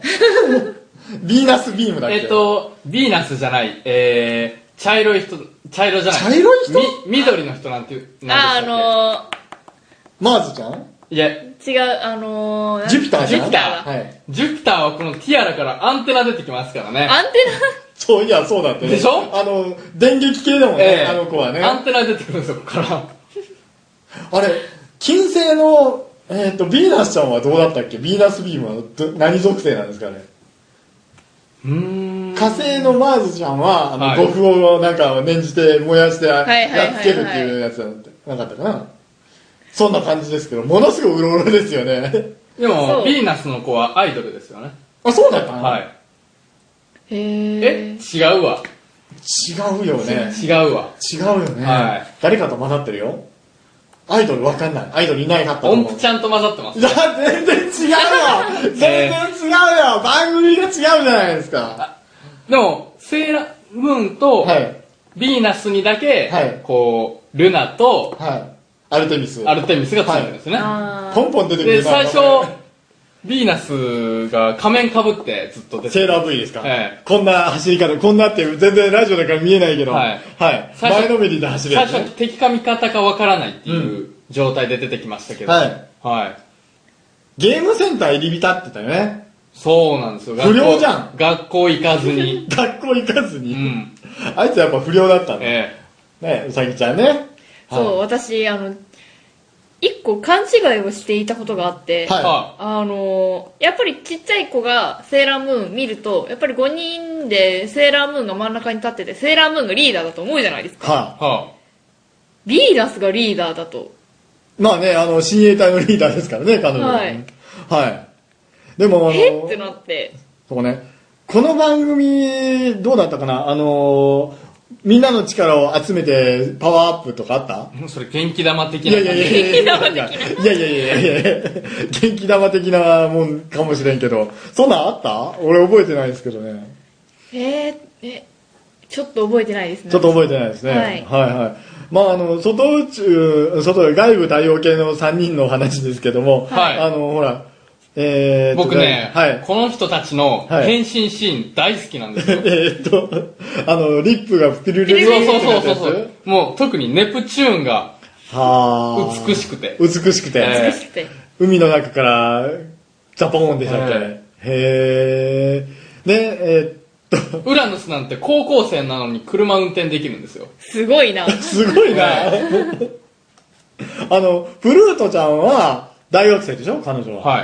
A: ビーナスビームだっけ
D: えっ、、と、ヴィーナスじゃない、えー、茶色い人、茶色じゃない。
A: 茶色い人
D: み、緑の人なんていう、
B: あ、
D: な
B: あ
D: んでしたっ
B: の
A: マーズちゃん
D: けいや、
B: ー、違う、あのー、なん
A: ジュピターじゃん
D: ジュピター
A: は
B: だ
A: い。
D: ジュピターはこのティアラからアンテナ出てきますからね。
B: アンテ
A: そういや、そうだって、ね。
D: でしょ
A: あの、電撃系だもんね、
D: ええ
A: あの子はね。
D: アンテナ出てくるんですよ、ここから。
A: あれ、金星の、えっ、と、ビーナスちゃんはどうだったっけビーナスビームはど何属性なんですかね
D: うーん。
A: 火星のマーズちゃんは、あの、
D: はい
A: 呉服をなんか念じて燃やして、や
B: いはいはいはい
A: っつけるっていうやつなんて、なかったかなそんな感じですけど、ものすごいうろうろですよ ね。
D: で
B: そう
D: も、ヴィーナスの子はアイドルですよね。
A: あ、そうだったの
D: はい。
B: ナへ
D: え
B: ー。
D: 違うわ。
A: 違うよね。
D: 違うわ。
A: 違うよね。
D: はい
A: 誰かと混ざってるよ。アイドルわかんない。アイドルいないなったと
D: 音
A: 思う
D: 符。ちゃんと混ざってま す。
A: だ全然違うよ全 然違うよ番組が違うじゃないですか
D: でも、セーラームーンと、
A: はい。
D: ヴィーナスにだけ、
A: はい
D: こう、ルナと、
A: はい。アルテミス。
D: アルテミスがついてるんですね。
B: あ
A: ポンポン出てくる
D: で、
A: な
D: 最初、ヴィーナスが仮面かぶってずっと出て
A: セーラー V ですか、
D: はい
A: こんな走り方、こんなって全然ラジオだから見えないけど、
D: はい
A: はい。
D: 最初
A: 前のめりで走る
D: 最
A: やつね、
D: 初敵か味方かわからないっていう状態で出てきましたけど、
A: はい。
D: はい。
A: ゲームセンター入り浸ってたよね。
D: そうなんですよ。
A: 不良じゃん
D: 学校学校行かず に。
A: 学校行かず
D: う
A: に。
D: ん。
A: あいつやっぱ不良だったんだ。
D: え
A: ね、うさぎちゃんね。
B: ーそう、私、あの、一個勘違いをしていたことがあって、
D: え。
A: はい
D: は。
B: あのーやっぱりちっちゃい子がセーラームーン見ると、やっぱり5人でセーラームーンが真ん中に立ってて、セーラームーンがリーダーだと思うじゃないですか。
A: はい
D: は
B: ビーダスがリーダーだと。
A: い。まあね、あの、親衛隊のリーダーですからね、彼女は
B: はい
A: はい。でも、あの
B: えってなって。
A: そうね。この番組、どうだったかなあのーみんなの力を集めてパワーアップとかあった
D: あ。もうそれ元気玉的
A: い
D: な
A: や
D: 感
A: い
D: じ。
A: やいやいやいやいやいやいやいやいやいや元気玉的なもんかもしれんけど、そんなんあった俺覚えてないですけどね。
B: えー、え、ちょっと覚えてないですね。
A: ちょっと覚えてないですね。
B: はい
A: はいはいまあ、あの、外宇宙、外、外部対応系の3人のお話ですけども、
D: はい
A: あの、ほら、えーっと、
D: 僕ね、
A: はい。
D: この人たちの
A: はい
D: 変身シーン大好きな んですよ。
A: えーっと、あの、リップがピルルル
D: そうそうそうそ
A: っ
D: うそ
A: てなったや
D: う。もう特にネプチューンが
A: つはあ。
D: 美しくて。
A: 美しくて、
D: え
B: 美しくて。
A: 海の中からザポーンでしたっけ、
D: はい
A: へえでえーっと
D: ウラヌスなんて高校生なのに車運転できるんですよ。
B: すご いな。
A: すごいな あのプルートちゃんは大学生でしょ彼女は、
D: は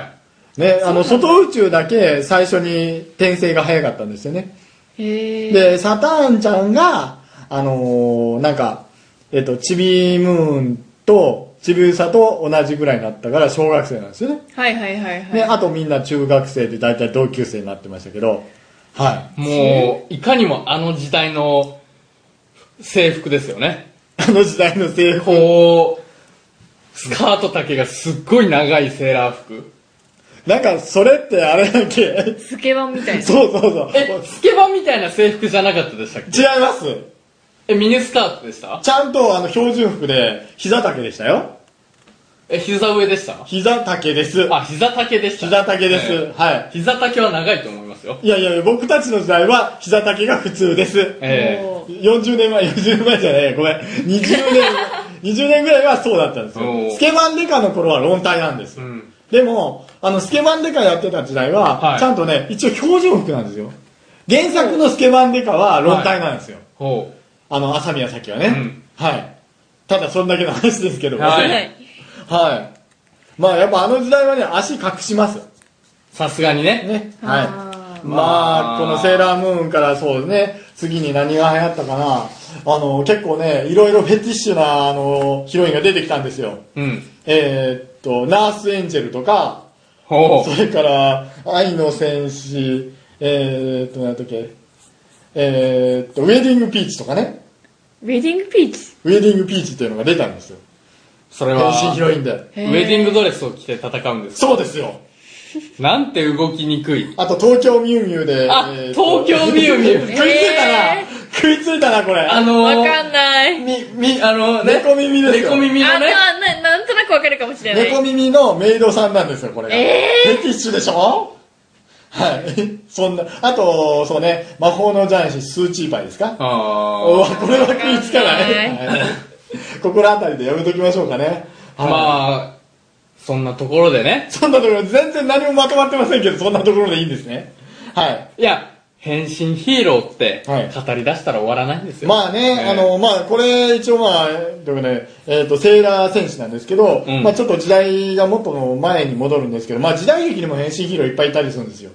D: い。
A: ねあの外宇宙だけ最初に転生が早かったんですよね
B: へえ。
A: でサターンちゃんがあのーなんかえっとチビムーンとチビウサと同じぐらいになったから小学生なんですよね
B: はいはいはいはい。
A: ね、あとみんな中学生で大体同級生になってましたけど、はい。
D: もう、いかにもあの時代の制服ですよね。
A: あの時代の制服。
D: こう、スカート丈がすっごい長いセーラー服。
A: なんか、それってあれだっ け
B: スケバンみたいな。
A: そうそうそう。違い
D: え、スケバンみたいな制服じゃなかったでしたっけ
A: ます。
D: え、ミニスカートでした
A: ちゃんとあの、標準服で、膝丈でしたよ。
D: え、膝上でした
A: 膝丈です。
D: あ、膝丈でした。
A: 膝丈です。
D: え
A: は
D: え膝丈は長いと思いますよ。
A: い。いやいや、僕たちの時代は、膝丈が普通です。
D: え
B: もう
A: 40年前、40年前じゃない、ごめん。20年、20年ぐらいはそうだったんです
D: お
A: よ。
D: ー
A: スケバンデカの頃は論体なんです
D: え。う。ん。
A: でも、あの、スケバンデカやってた時代は、
D: はい
A: ちゃんとね、一応標準服なんですよ。原作のスケバンデカは論体なんですよ。
D: ほ
A: あの、朝宮咲はね、
D: うん
A: はい。ただそんだけの話ですけども。
D: はい
B: はい。
A: はいまあ、やっぱあの時代はね、足隠します。
D: う。さすがにね。
A: ね。はい。
B: あー
A: まあ、
D: あー
A: このセーラームーンからそうですね、次に何が流行ったかな。あの、結構ね、いろいろフェティッシュな、あの、ヒロインが出てきたんですよ。
D: うん。
A: えーっと、ナースエンジェルとか、
D: ほう。
A: それから、愛の戦士、えー、っと、何だっけ、えー、っと、ウェディングピーチとかね、
B: ウェディングピーチ。
A: ウェディングピーチっていうのが出たんですよ。
D: それ
A: 変
D: は、
A: 身ヒ
D: ウ
A: ロインで。
B: へー
D: ェディングドレスを着て戦うんです。
A: そうですよ。
D: なんて動きにくい。
A: あと、東京ミュウミュウで。
D: あ
A: えーっと
D: 東京ミュウミ
A: 食
D: ュ
A: いついたな、
D: ウ。
B: え
A: 食いついたな、これ。
D: あの
B: わ
D: ー、
B: かんない。
D: み、み、あのね、
A: 猫耳ですよ
D: 猫耳
B: あ、
D: のね、
B: な、な、なんとなくわかるかもしれない。
A: 猫耳のメイドさんなんですよ、これが。
B: え
A: フェティッシュでしょはい。 そんな、あと、そうね、魔法の雀士、スーチーパイですかう
D: あ
A: わこれは食いつかない。
B: わか
A: はい心当たりでやめときましょうかね。
D: あ、
A: あ。
D: まあ、そんなところでね。
A: そんなところ、全然何もまとまってませんけど、そんなところでいいんですね。はい。
D: いや、変身ヒーローって
A: はい
D: 語り出したら終わらないんですよ。
A: まあね、
D: ええ
A: あの、まあ、これ、一応まあ、でもね、えっ、と、セーラー戦士なんですけど、
D: うん
A: まあ、ちょっと時代が元の前に戻るんですけど、まあ、時代劇にも変身ヒーローいっぱいいたりするんですよ。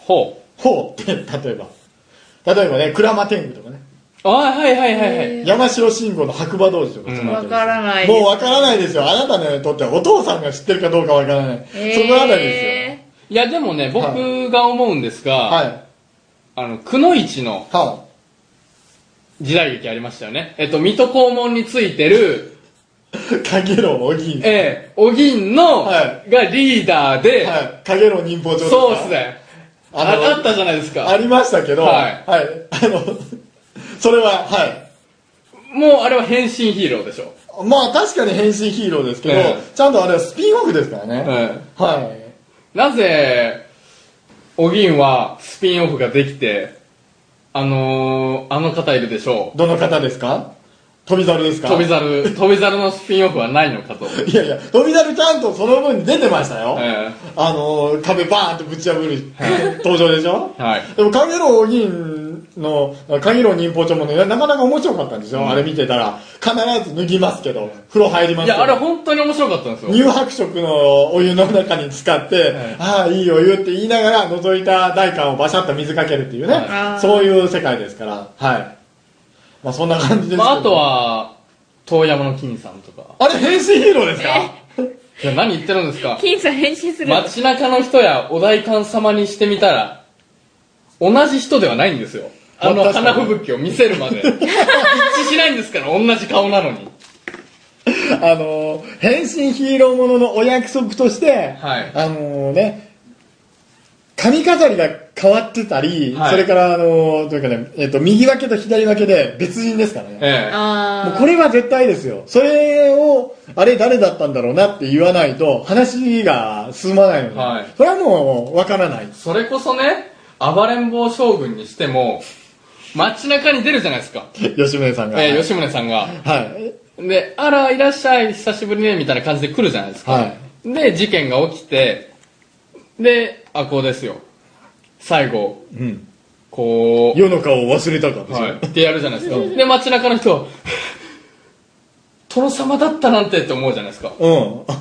D: ほう。
A: ほうって、例えば。例えばね、鞍馬天狗とかね、
D: あはいはいはいはい。
B: へー
A: 山城信吾の白馬道士とか、そのあたりです
B: わからないです
A: もうわからないですよ。あなたにとってはお父さんが知ってるかどうかわからない。
B: えー
A: そこあたりですよ。
D: いや、でもね、
A: は
D: 僕が思うんですが、
A: はい。はい。
D: あの、くのいちの時代劇ありましたよね。えっと、水戸黄門についてる、
A: かげろうおぎん。は
D: ええおぎんの、
A: は
D: がリーダーで、
A: い。かげろう忍法帳
D: そうっす。ね。あ
A: あの
D: あったじゃないです
A: あ
D: か。
A: りましたけど、
D: はい
A: はい。あの、それは、はい。
D: もうあれは変身ヒーローでしょ。
A: まあ確かに変身ヒーローですけど、
D: え
A: ちゃんとあれはスピンオフですからね。
D: え
A: はい。
D: なぜ、おぎんはスピンオフができて、あのー、あの方いるでしょ
A: どの方ですか飛び猿です
D: う。
A: か
D: 飛び猿、飛び猿のスピンオフはないの かと。
A: いやいや、飛び猿ちゃんとその分出てましたよ。
D: え
A: あのー、壁バーンとぶち破る登場でしょ
D: えはい。
A: でも、かげろう銀の、かげろう忍法帳もね、なかなか面白かったんですよ、あれ見てたら。必ず脱ぎますけど、風呂入りま
D: い
A: すけど。
D: や、あれ本当に面白かったんですよ。
A: 乳白色のお湯の中に使って、ああ、いいお湯って言いながら、覗いた代官をバシャッと水かけるっていうね、
B: はい
A: そういう世界ですから、はい。まあ、そんな感じですけど
D: まあ、あと、は、遠山の金さんとか。
A: あれ、変身ヒーローですか
D: いや、何言ってるんですか
B: 金さん変身する。
D: 街中の人やお代官様にしてみたら、同じ人ではないんですよ。あの
A: まあ確か
D: 花
A: に
D: 吹雪を見せる まで。一致しないんですから、同じ顔なのに。
A: あのー、変身ヒーローもののお約束として、
D: はい
A: あのーね、髪飾りが変わってたり、
D: はい
A: それから、あのー、というかね、えっ、と、右分けと左分けで別人ですからね。
D: ええ。
A: も
B: あ
A: う
B: あ。
A: これは絶対ですよ。それを、あれ誰だったんだろうなって言わないと、話が進まないので、
D: はい
A: それはもう、わからない。
D: それこそね、暴れん坊将軍にしても、街中に出るじゃないですか。
A: 吉宗さんが。
D: ええ、吉宗さんが。
A: はい。
D: で、あら、いらっしゃい、久しぶりね、みたいな感じで来るじゃないですか。
A: はい。
D: で、事件が起きて、で、あ、こうですよ。最後、
A: うん。
D: こう、
A: 世の顔を忘れたからですよ。
D: はい。ってやるじゃないですか。で、街中の人は、殿様だったなんてって思うじゃないですか。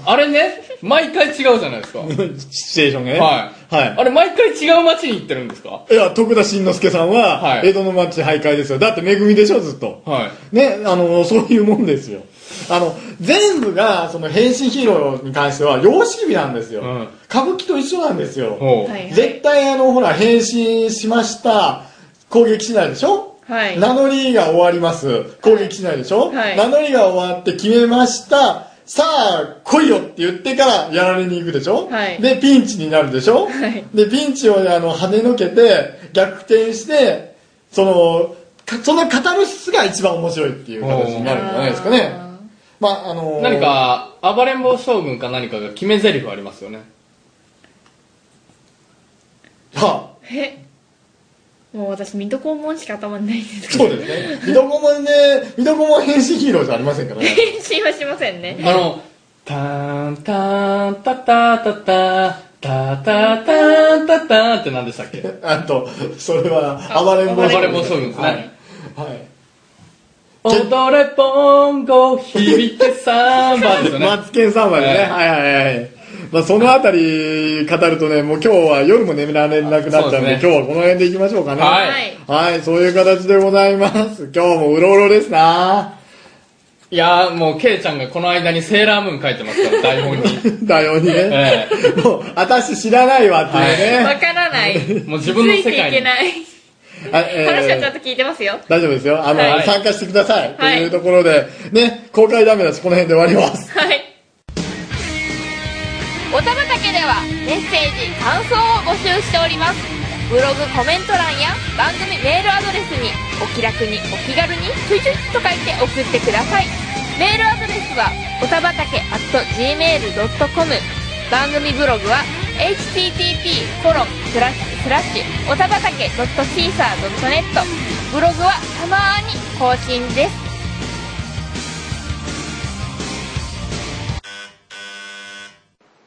D: あれね、毎回違うじゃないですか。はい。
A: うん。シチュエーションがね。
D: あれ、毎回違う街に行ってるんですか
A: い。いや、徳田新之助さんは
D: は、い
A: 江戸の町徘徊ですよ。だって恵みでしょ、ずっと。
D: はい。
A: ね、あの、そういうもんですよ。あの、全部が、その変身ヒーローに関しては、様式美なんですよ。
D: うん
A: 歌舞伎と一緒なんですよ。
D: ほう。
B: はい
A: 絶対あの、ほら、変身しました、攻撃しないでしょ
B: はい
A: 名乗りが終わります。攻撃しないでしょ
B: はい
A: 名乗りが終わって決めました。さあ、来いよって言ってからやられに行くでしょ
B: はい
A: で、ピンチになるでしょ
B: はい
A: で、ピンチをあの、跳ねのけて、逆転して、その、かそのカタルシスが一番面白いっていう形になるんじゃないですかね。まあ、あのー
D: 何か、暴れん坊将軍か何かが決め台詞ありますよね。
A: は
B: あー。えもう私、水戸黄門しか頭にないんですけ ど。
A: そうですね。水戸黄門で、水戸黄門変身ヒーローじゃありませんからね。
B: 変身はしませんね。
D: あの、ターンターンタタタタタタタンタタンって何でしたっけ
A: あと、それは、暴れん坊
D: 暴れん坊将軍です
A: は
D: ね
A: い。。はい。
D: 踊れボンゴ響けサンバですよね。
A: マツケンサンバでね、
D: ええ
A: はいはいはい。まあ、そのあたり語るとね、もう今日は夜も眠られなくなったんで、
D: あそうです
A: 今日はこの辺で行きましょうかね。
D: はい
B: はい
A: はい、そういう形でございます。今日もうろうろですな
D: いやーもう、ケイちゃんがこの間にセーラームーン書いてますから、台本に。
A: だよにね。
D: え
A: もう、私知らないわっていう
B: わ
A: ね。
B: から ない。
D: えもう自分の世
B: ついて
D: 界
B: いけ
D: に。
B: ない。
A: あえー
B: 話はちゃんと聞いてますよ。
A: 大丈夫ですよ。あの、
D: はい
A: 参加してください。と
B: はい
A: いうところで、ね、公開ダメだし、この辺で終わります。
B: はい。
F: おたばたけではメッセージ感想を募集しておりますブログコメント欄や番組メールアドレスにお気楽にお気軽に「チュチュ」と書いて送ってくださいメールアドレスはおたばたけ .gmail.com 番組ブログは http コロンスラッシュスラッシュおたばたけ .caesar.net ブログはたまーに更新です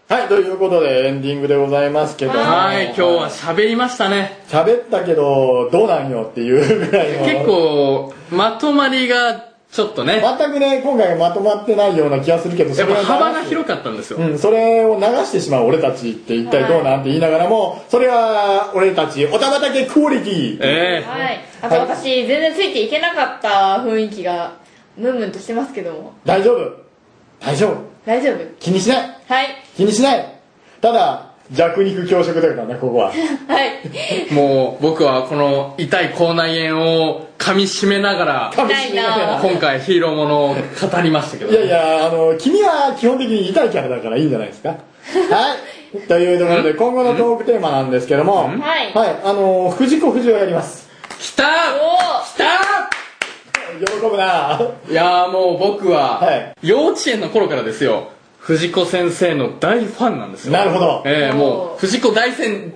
A: はい、ということで、エンディングでございますけども。
D: はい、今日は喋りましたね。
A: 喋ったけど、どうなんよっていうぐらいの。
D: 結。構、まとまりが、ちょっとね、やっ
A: 全くね、今回まとまってないような気がするけど、それ
D: ぱ
A: を流す
D: 幅が広かったんですよ。
A: うん、それを流してしまう俺たちって一体どうなんって言いながらも、それは俺たち、おたばたけクオリティ。
D: ええ
B: はい。あと私、全然ついていけなかった雰囲気が、ムンムンとしてますけども。
A: 大丈夫。大丈夫。
B: 大丈夫
A: 気にしない。
B: はい。
A: 気にしない。ただ、弱肉強食だからな、ここは。
B: はい。
D: もう僕はこの痛い口内炎を噛み締めながら
B: ないなぁ。
D: 今回ヒーローものを語りましたけど
A: いやいや、あの、君は基本的に痛いキャラだからいいんじゃない ですか。はい。というところで、今後のトークテーマなんですけども、はいはい、あの、藤子不二雄やります。
D: 来た
B: お
D: 来た
A: 喜ぶな
D: いやーもう僕は、
A: はい
D: 幼稚園の頃からですよ藤子先生の大ファンなんですよ
A: なるほど。
D: ええも
B: おー
D: う藤子大戦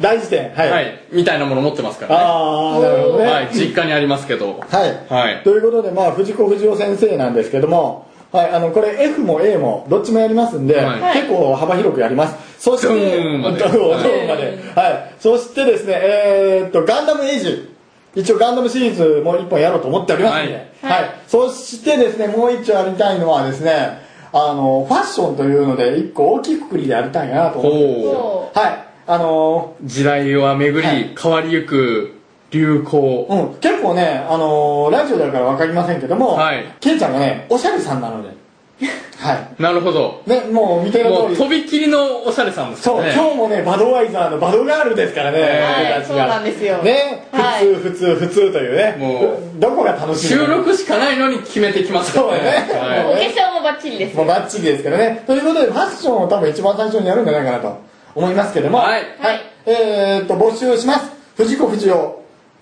A: 大辞典。はい。
D: はいみたいなもの持ってますから
A: ああ、なるほど
D: ね
A: ね。
D: はい実家にありますけど
A: はい。
D: はい
A: ということで、まあ、藤子不二雄先生なんですけども、はい、あの、これ F も A もどっちもやりますんで、
D: はい
A: 結構幅広くやります。そして、
D: ドーンまで
A: ドーンまで。はい。そしてですね、えーっと、ガンダムエイジ。一応ガンダムシリーズもう一本やろうと思っておりますんで、はい。
B: はい
A: そしてですね、もう一丁やりたいのはですね、あの、ファッションというので、一個大きくくりでやりたいなと思ってるんですよ
B: ほ。
A: はい。あのー
D: 時代は巡り、
A: はい
D: 変わりゆく流行
A: うん、結構ね、あのーラジオだから分かりませんけども、
D: はい
A: ケンちゃんがね、おしゃれさんな ので、は
D: なるほど
A: い。ね、もう見ての
D: もう
A: 通
D: と
A: り、
D: びきりのおしゃれさんです
A: そう、
D: ね
A: 今日もね、バドワイザーのバドガールですからね、
D: はい
A: 僕たちが
B: そうなんですよ
A: ね、
B: はい
A: 普通、普通、普通というね、
D: も
A: どこが楽しいの
D: 収録しかないのに決めてきますか
A: そう
D: ら
A: だ
D: ね
A: ね、
D: はい
B: お化粧もバッチリです
A: も。うバッチリですけどね。ということで、ファッションを多分一番最初にやるんじゃないかなと思いますけども。
D: はい
B: はい
A: えーっと、募集します。藤子不二雄、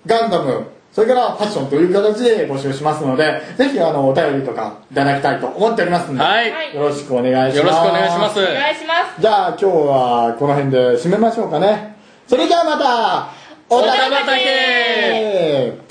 A: ガンダム、それからファッションという形で募集しますので、ぜひあの、お便りとかいただきたいと思っておりますので、
D: はい、
B: はい。
A: よろしくお願いします。
D: よろしくお願いします
B: お願いします。
A: じゃあ今日はこの辺で締めましょうかね。それじゃあまた、
B: お
A: お
B: 楽
A: 楽
B: し
A: し
B: みに
A: みに